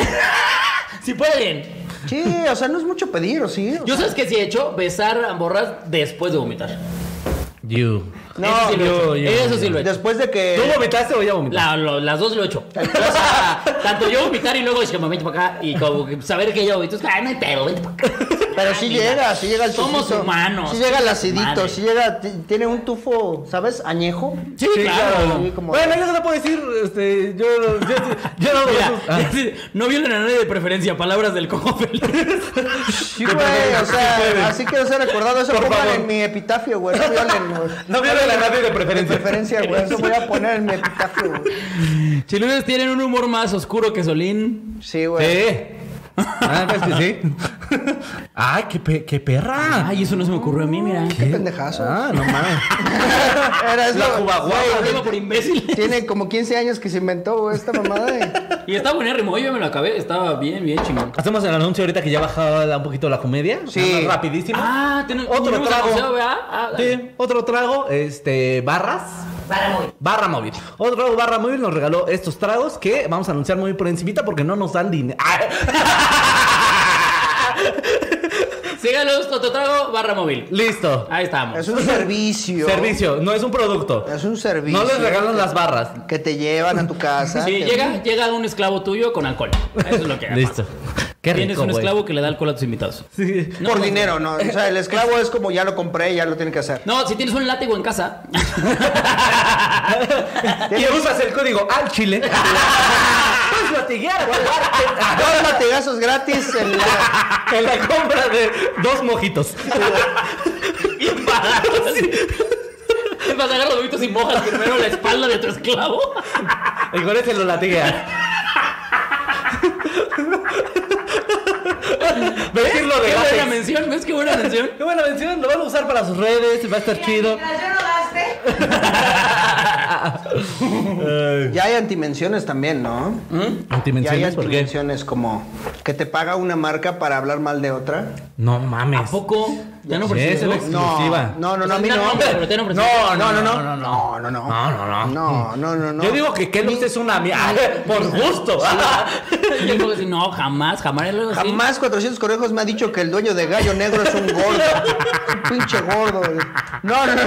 Si pueden. Sí, o sea, no es mucho pedir, ¿o sí? O Yo sea, sabes que sí he hecho besar a morras después de vomitar. You. No, Eso sí lo he hecho. yo- yo- Eso sí lo he hecho. Después de ¿Tú que... vomitaste o ya vomitaste? La- lo- las dos lo he hecho. O sea, tanto yo vomitar y luego es que me vente para acá y como que saber que yo vomito. Es que, ay, no hay pedo, vente para acá. Pero sí Ay, llega, mira, sí llega el tufito. Somos humanos. Sí llega el Madre. acidito, sí llega... t- Tiene un tufo, ¿sabes? Añejo. Sí, claro. Sí, como- Bueno, yo no te puedo decir, este, yo, yo, yo no Mira, Ah. sí, no violen a nadie de preferencia, palabras del cojo feliz. Sí, güey, o sea, así quiero ser recordado. Eso Por pongan favor. en mi epitafio, güey. No violen, güey. No violen a nadie de preferencia. De preferencia, güey. Eso voy a poner en mi epitafio, güey. Chiludes tienen un humor más oscuro que Solín. Sí, güey. Sí. Ah, pues ¿ves que sí? ¡Ay, qué, pe- qué perra! Ay, eso no se me ocurrió a mí, mira. Qué pendejazo. Ah, no mames. Era eso. La cubaguaba. Güey, Problema por imbécil. Tiene como 15 años que se inventó güey, esta mamada. De... Y está buenérrimo, yo ya me lo acabé. Estaba bien, bien chingón. Hacemos el anuncio ahorita que ya bajaba la- un poquito la comedia. Sí. Nada más Rapidísimo. Ah, ten- otro tenemos anunciado, trago. ¿verdad? Ah, dale. Sí, otro trago. Este, barras. Para móvil. Barra móvil. Otro trago barra móvil nos regaló estos tragos que vamos a anunciar muy por encimita porque no nos dan dinero. Síganos, Tototrago, barra móvil. Listo. Ahí estamos. Es un servicio. Servicio, no es un producto. Es un servicio. No les regalan las barras. Que te llevan a tu casa. Sí, que- llega, llega un esclavo tuyo con alcohol. Eso es lo que haga. Listo. Qué Tienes rico, un güey. esclavo que le da alcohol a tus invitados. Sí. No, por no, dinero, ¿no? O sea, el esclavo es como ya lo compré, ya lo tiene que hacer. No, si tienes un látigo en casa. Y usas el código al chile. Puedes latiguear, güey. Ah, Dos latigazos gratis en la- En la compra de dos mojitos. Bien barato. así. Vas a agarrar los huevitos y mojas primero la espalda de tu esclavo. Y con ese lo latiguea. ¿Ves? Lo Qué buena de mención, ¿ves qué buena mención? Qué buena mención, lo van a usar para sus redes, va a estar Mira, chido. Mientras yo no gaste. Ya hay antimenciones también, ¿no? ¿Mm? Ya hay Antimenciones, ¿por qué? antimenciones como que te paga una marca para hablar mal de otra. No mames. ¿A poco? Ya no Sí, ofrecieron es el eso? ex- Exclusiva. No, no, no, no, a mí Ya no. no, pero te han ofrecido. No, no, no, no. No, no, No, no, no. Mm. No, no, No, no, no, no. Yo digo que Kellogg's es una mierda. Por gusto. Y yo digo así, no, jamás, jamás. Y luego así, Jamás 400 Conejos me ha dicho que el dueño de Gallo Negro es un gordo. Un pinche gordo. güey. No, no, no.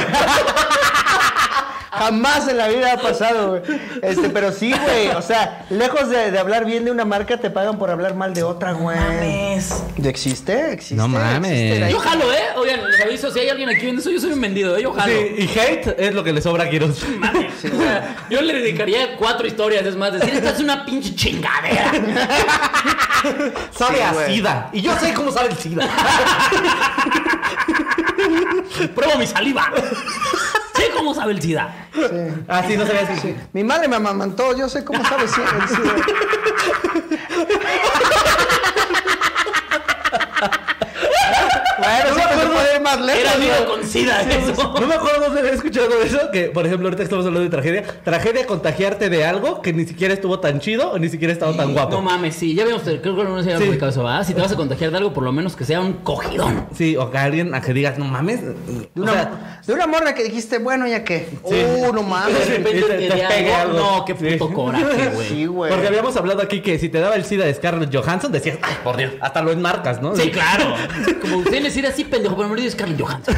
Jamás en la vida ha pasado, güey. Este, pero sí, güey. O sea, lejos de, de hablar bien de una marca, te pagan por hablar mal de otra, güey. mames. ¿Ya ¿Existe? ¿Existe? No mames. ¿Existe? Yo jalo, ¿eh? Oigan, les aviso, si hay alguien aquí viendo eso, yo soy un vendido, ¿eh? Yo jalo. Sí, y hate es lo que le sobra a Quiroz. Mames. O sea, yo le dedicaría cuatro historias, es más, decir, esta es una pinche chingadera. Sabe Sí, a güey. SIDA. Y yo sé cómo sabe el SIDA. Pruebo mi saliva. sé cómo sabe el SIDA. Sí. Ah, sí, no sabía si. Mi madre me amamantó, yo sé cómo sabe si el SIDA. Bueno, sí que se puede ir más lejos. Era güey. amigo con SIDA, eso. No me acuerdo dónde había escuchado eso. Que, por ejemplo, ahorita estamos hablando de tragedia. Tragedia contagiarte de algo que ni siquiera estuvo tan chido o ni siquiera estaba tan guapo. No mames, sí, ya habíamos, creo que no se había Sí. ubicado eso, ¿verdad? Si te vas a contagiar de algo, por lo menos que sea un cogidón. Sí, o que alguien a que digas, no mames. De o una, sea, de una morra que dijiste, bueno, ya qué. Uh, De no mames. repente Te- te te di pegué algo. algo. No, qué Sí. puto coraje, güey. Sí, güey. porque habíamos hablado aquí que si te daba el SIDA de Scarlett Johansson, decías, ay, por Dios, hasta lo enmarcas, ¿no? Sí, claro. Como usted les dirá así, pendejo, pero me lo dio Scarlett Johansson.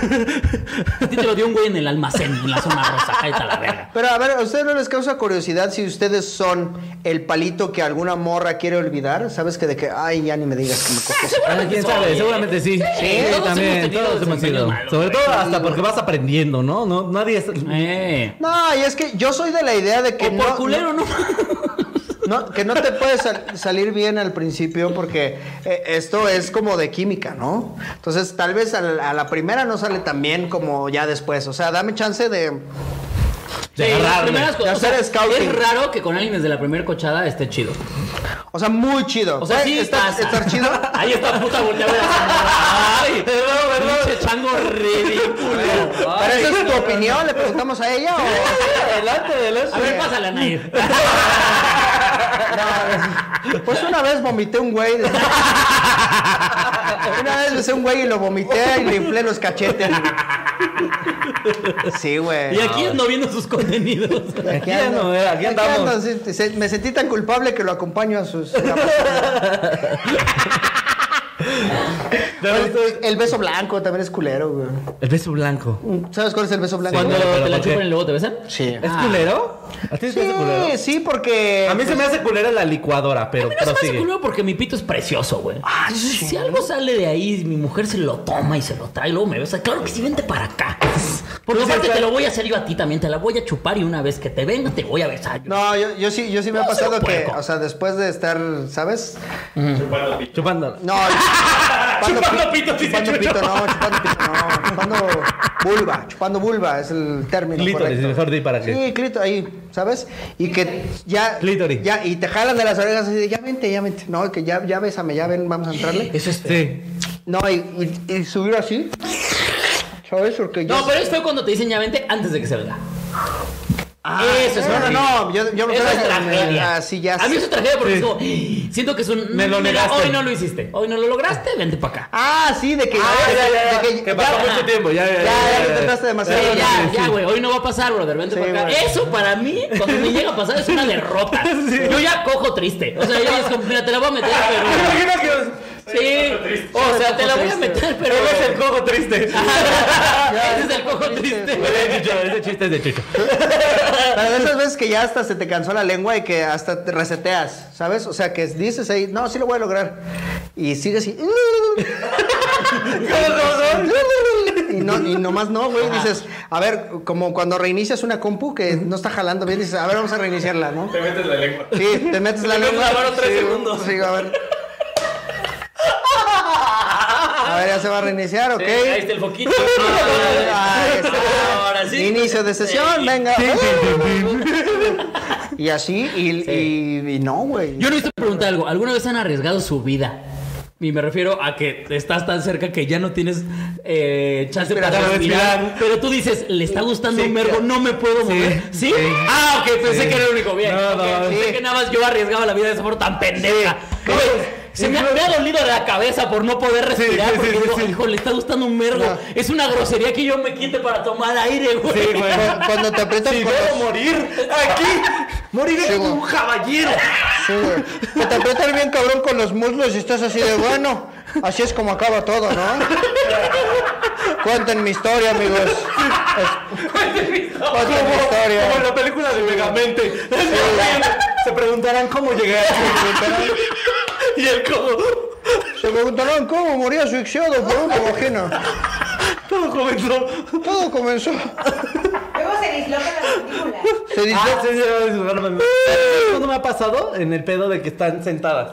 A ti te lo dio un güey en el almacén, en la zona rosa. Cállate a la verga. Pero a ver, ¿a ustedes no les causa curiosidad si ustedes son el palito que alguna morra quiere olvidar? ¿Sabes que de que, ay, ya ni me digas que me coges? Ah, ¿Quién Oye. sabe? Seguramente sí. Sí, todos hemos también. tenido Todos hemos desempeños sido. malos, Sobre güey. todo hasta porque vas aprendiendo, ¿no? No, nadie es. Eh. No, y es que yo soy de la idea de que O por no, culero, ¿no? no- que no te puede sal- salir bien al principio porque eh, esto es como de química, ¿no? Entonces, tal vez a la, a la primera no sale tan bien como ya después. O sea, dame chance de... De Sí, las agarrarle. primeras De cosas. o sea, hacer scouting. es raro que con alguien desde la primera cochada esté chido. O sea, muy chido. O sea, Güey, sí está- pasa. estar chido. Ahí está puta volteada. Ay, Perdón, perdón. pinche chango ridículo. ¿Pero esa es tu opinión? ¿Le preguntamos a ella o...? Adelante, adelante. A eh. ver, pásale a Nair. Pues una vez vomité un güey. Una vez besé un güey y lo vomité y le inflé los cachetes. Sí, güey. Y aquí no viendo sus contenidos. aquí ando, eh, aquí andamos. ando, sí, se- me sentí tan culpable que lo acompaño a sus. el, el beso blanco también es culero, güey. El beso blanco. ¿Sabes cuál es el beso blanco? Cuando Sí, pero te la ¿por qué? chupan y luego te besan. Sí. Ah. ¿Es culero? ¿A ti se te hace Sí, culero? sí, porque. A mí se me hace culero la licuadora, pero Pero se me hace prosigue. culero porque mi pito es precioso, güey. Si algo sale de ahí, mi mujer se lo toma y se lo trae, y luego me besa. Claro que sí, vente para acá. Porque sí, aparte te claro. lo voy a hacer yo a ti también, te la voy a chupar y una vez que te venga te voy a besar. yo. No, yo, yo sí, yo sí me ha No, soy pasado un que, puerco. o sea, después de estar, ¿sabes? Chupando. No, pi- Chupando pito, dice Chupando Chucho. pito, no, chupando pito, no. Chupando vulva, chupando vulva es el término Clítoris, correcto. mejor di para qué. Sí, clítoris, ahí, ¿sabes? Y que ya... Clítoris. Ya, y te jalan de las orejas así de, ya vente, ya vente. No, que ya, ya bésame, ya ven, vamos a entrarle. Eso es. este. Sí. No, y, y- y subir así. ¿Sabes? Porque yo... No, pues, pero es feo cuando te dicen ya vente antes de que se venga. Ah, eso es no, no, horrible. no, yo, yo me Eso acuerdo es que- tragedia. Ah, sí, ya A mí sé. eso es tragedia porque Sí. es como, "Ay, siento que es un. Me lo negaste. Hoy no lo hiciste. Hoy no lo lograste, vente para acá. Ah, sí, de que... Ah, ya, ya, ya. de que- Que pasó Eh, ya. mucho tiempo. Ya, ya, Ya, ya lo intentaste demasiado. Sí, Claro, eh, ya, sí, ya, güey. Hoy no va a pasar, brother. Vente Sí, para acá. güey. Eso para mí, cuando me llega a pasar, es una derrota. Yo ya cojo triste. O sea, yo ya es como, mira, te la voy a meter, pero. Imagina que Sí. O sea, te la voy a meter, pero. Él es el cojo triste. Ese es ya, el cojo triste. güey. Ese chiste es de Chucho. Pero de esas veces que ya hasta se te cansó la lengua y que hasta te reseteas, ¿sabes? O sea, que dices ahí, no, sí lo voy a lograr. Y sigues y... Y, no, y nomás no, güey. Dices, a ver, como cuando reinicias una compu que no está jalando bien, dices, a ver, vamos a reiniciarla, ¿no? Te metes la lengua. Sí, te metes la Te metes lengua. la mano tres sí, segundos. Sí, a ver. A ver, ya se va a reiniciar, ¿ok? Ahí está el foquito. Ah, Ahí está. Ahora sí. Eh, Inicio de sesión, venga. Y así, y, y- y no, güey. Yo necesito preguntar algo. ¿Alguna vez han arriesgado su vida? Y me refiero a que estás tan cerca que ya no tienes eh, chance para Respirar. respirar. Pero tú dices, le está gustando Sí, un verbo, ya. no me puedo mover. ¿Sí? Ah, ok, pensé Sí. que era el único. Bien. No, ok. no, Pensé sí. que nada más yo arriesgaba la vida de esa forma tan pendeja. Güey, Se me, ha- me ha dolido la cabeza por no poder respirar. sí, porque sí, digo, sí. hijo, le está gustando un verbo. No. Es una grosería que yo me quite para tomar aire, güey. Sí, güey. Cu- Cuando te aprietas Si con debo los- morir aquí, moriré Sí, como güey. un caballero. sí, güey. Que te aprietas bien cabrón con los muslos y estás así de bueno. Así es como acaba todo, ¿no? Cuenten mi historia, amigos. Es- Cuenten mi historia. Como en la película de Megamente. Se preguntarán cómo llegué aquí. Y el cojo, Se preguntarán cómo murió asfixiado por un cojino. todo comenzó. Todo comenzó. Luego se disloca la mandíbula. Se dice. Ah, sí, sí, sí, sí, sí, sí. ¿Cuándo me ha pasado? En el pedo de que están sentadas.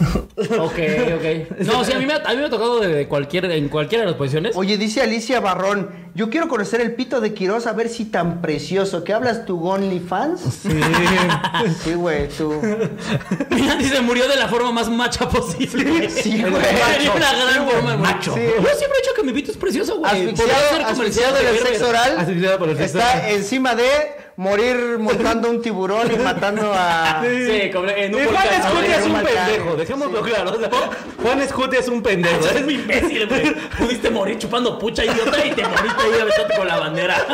Ok, ok. No, sí, a mí me ha, a mí me ha tocado de, de cualquier, en cualquiera de las posiciones. Oye, dice Alicia Barrón, yo quiero conocer el pito de Quiroz a ver si tan precioso. ¿Qué hablas tu OnlyFans? Sí. Sí, güey, tú. Mira, dice, murió de la forma más macha posible. Sí, güey. Sería una gran forma de morir. Sí. Yo siempre he dicho que mi pito es precioso, güey. Podría ser Asfixiado, comercial asfixiado de en el verga. sexo oral. Asfixiado por el sexo está oral. encima de morir montando un tiburón y matando a. Sí, como en un Y Juan volcán. Escutia es un un volcán. pendejo, dejémoslo claro. o sea, Juan Escutia es un pendejo. Eres muy imbécil, güey. Pudiste morir chupando pucha, idiota, y te moriste ahí aventándote con la bandera.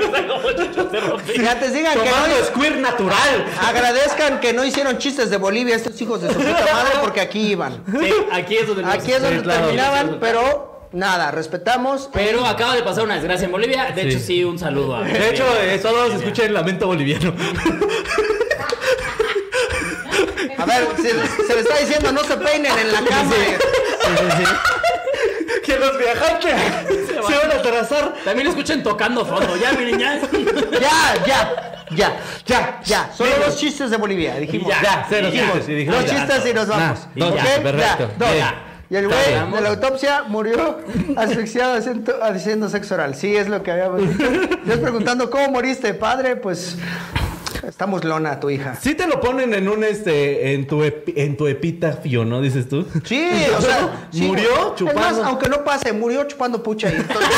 O sea, como Chucho se rompió. Fíjate, digan que no. Tomando squirt natural. Agradezcan que no hicieron chistes de Bolivia estos hijos de su puta madre porque aquí iban. Sí, aquí es donde... Aquí es donde Sí, claro. terminaban, pero nada, respetamos. Pero acaba de pasar una desgracia en Bolivia. De hecho, sí, un saludo a... De hecho, eh, solo se escucha el lamento boliviano. A ver, se, se le está diciendo no se peinen en la cama. Que los viajantes se van a atrasar. También lo escuchan tocando fondo. Ya, miren, ya. Ya, ya, ya, ya, ya. Solo los chistes de Bolivia, dijimos. Ya, Ya, se los ya. dijimos. y dijimos, Los ya. chistes y nos vamos. Nah, ¿Ok? dos, Ya, perfecto. dos. Bien. Y el güey Está bien. de la autopsia murió asfixiado haciendo, haciendo sexo oral. Sí, es lo que habíamos dicho. Yo preguntando, ¿cómo moriste, padre? Pues estamos lona a tu hija. Sí te lo ponen en un este en tu epi- en tu epitafio, ¿no dices tú? Sí, o sea, sí, Murió güey. chupando. Es más, aunque no pase, murió chupando pucha. Y entonces,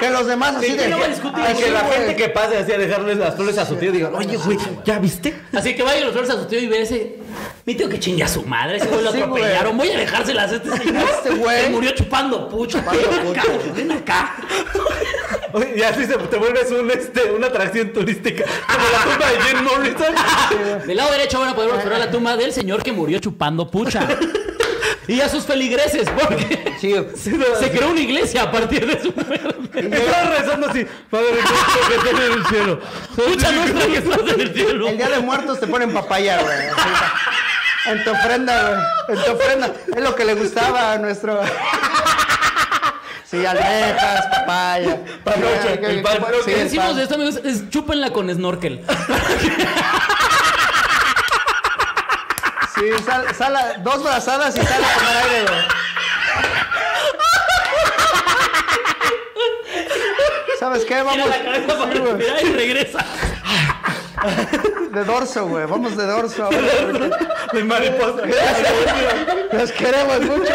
que los demás así Sí, de. no va a discutir. Ay, Y que sí, la güey. gente que pase así a dejarles las flores a su tío diga, "Oye, güey, ¿ya viste?" Así que vayan los flores a su tío y ve ese. Mi tío que chingue a su madre. Ese güey lo Sí, güey. atropellaron. Voy a dejárselas a este señor. Este güey. Se murió chupando pucho. Chupando Ven acá, pucho. ven acá. Oye, ya sí se- te vuelves un este una atracción turística como la tumba de Jim Morrison. Del lado derecho van a poder observar la tumba del señor que murió chupando pucha. Y a sus feligreses, porque Sí, se creó una iglesia a partir de su muerte. Estaba rezando así, Padre nuestro que estás en el cielo. Pucha nuestra que estás en el cielo. El día de muertos te ponen papaya, güey. Así, En tu ofrenda, güey. En tu ofrenda. Es lo que le gustaba a nuestro. Sí, almejas, papaya. Panocha, Sí, el pan. Lo sí, que el decimos pan. de esto, amigos, es chúpenla con snorkel. Sí, sal, sala, dos brazadas y sale a tomar aire, güey. ¿Sabes qué? Gira Vamos. la cabeza para sí, güey. respirar y regresa. De dorso, güey. Vamos de dorso. ahora. De mariposa. Los queremos mucho.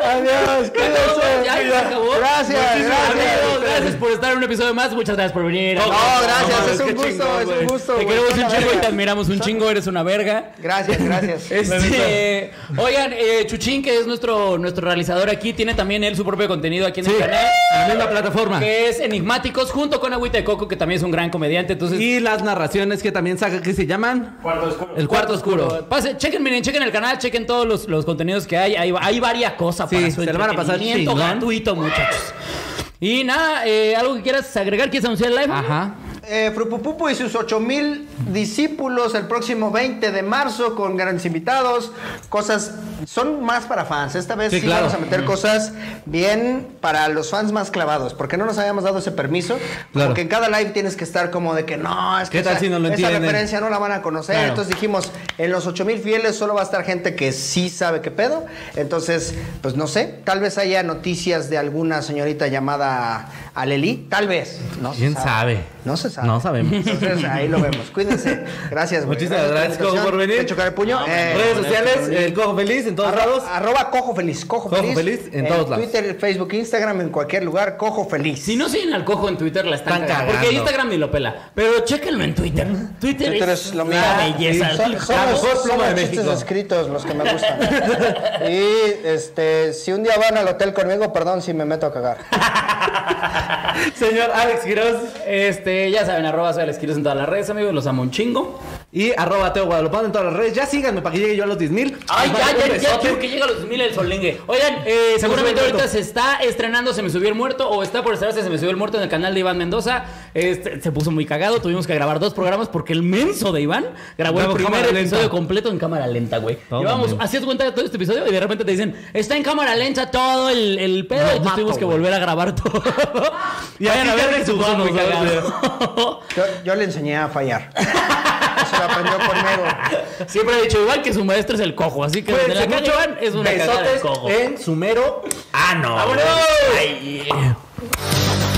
Adiós. Cuídense. Ya, ya se acabó. Gracias, Amigos, gracias. gracias por estar en un episodio más. Muchas gracias por venir. No, gracias. mames, es un qué gusto, chingón, es güey. un gusto. Te güey. queremos Son un la chingo y verga. te admiramos un chingo. Eres una verga. Gracias, gracias. Este, oigan, eh, Chuchín, que es nuestro, nuestro realizador aquí, tiene también él su propio contenido aquí en el canal. en la misma plataforma. Que es Enigmáticos, junto con Agüita de Coco, que también es un gran comediante. Entonces, Y las narraciones que también saca, que se llaman. el cuarto oscuro. Pase, chequen, miren, chequen el canal, chequen todos los, los contenidos que hay. Hay, hay varias cosas Sí, para su se la van a pasar entretenimiento chingón. gratuito, muchachos. Y nada, eh, algo que quieras agregar, quieres anunciar el live. Ajá. Eh, Frupupupu y sus 8000 discípulos el próximo 20 de marzo con grandes invitados. Cosas son más para fans. Esta vez sí, Sí, claro. vamos a meter cosas bien para los fans más clavados, porque no nos habíamos dado ese permiso. Claro. Porque en cada live tienes que estar como de que no, es que ¿Qué tal esa, si no lo esa entienden? referencia no la van a conocer. Claro. Entonces dijimos, en los 8000 fieles solo va a estar gente que sí sabe qué pedo. Entonces, pues no sé, tal vez haya noticias de alguna señorita llamada Aleli, tal vez. No se ¿Quién sabe? No se sabe. No sabemos. Entonces ahí lo vemos. Cuídense. Gracias, güey. Muchísimas gracias, por la Cojo, por invitación. venir. De chocar el puño. Eh, Redes sociales, el cojo feliz en todos arro- lados. Arroba cojo feliz. Cojo, Cojo feliz. Feliz en todos lados. Twitter, Facebook, Instagram, en cualquier lugar. Cojo feliz. Si no siguen al cojo en Twitter, la están, Están cagando. Porque cagando. Instagram ni lo pela. Pero chéquenlo en Twitter. Twitter, Twitter es, es lo mío. una belleza. Y Son, son La los, mejor son pluma los de chistes México. escritos los que me gustan. y este, si un día van al hotel conmigo, perdón si me meto a cagar. Señor Alex Quiroz Este, ya saben, arroba soy Alex Quiroz en todas las redes, amigos. Los amo un chingo. y arroba Teo Guadalupano en todas las redes. Ya síganme para que llegue yo a los 10 mil. Ay, ya, ya, ya, quiero que llegue a los 1000 el solengue. Oigan, eh, seguramente subió el ahorita muerto. se está estrenando Se me subió el muerto o está por estrenarse Se me subió el muerto en el canal de Iván Mendoza. Este, se puso muy cagado, tuvimos que grabar dos programas porque el menso de Iván grabó el Grabó primer cámara lenta. episodio completo en cámara lenta, güey. Todo, Llevamos, man. hacías cuenta de todo este episodio y de repente te dicen, está en cámara lenta todo el, el pedo y entonces tuvimos que volver a grabar todo. y vayan a ver que se puso muy cagado. Yo, yo le enseñé a fallar. Eso lo aprendió conmigo. Siempre he dicho Iván que su maestro es el cojo, así que donde la caga Iván es una cagada de Besotes cojo. en Sumero. Ah, no. ¡Vámonos! Ay, yeah.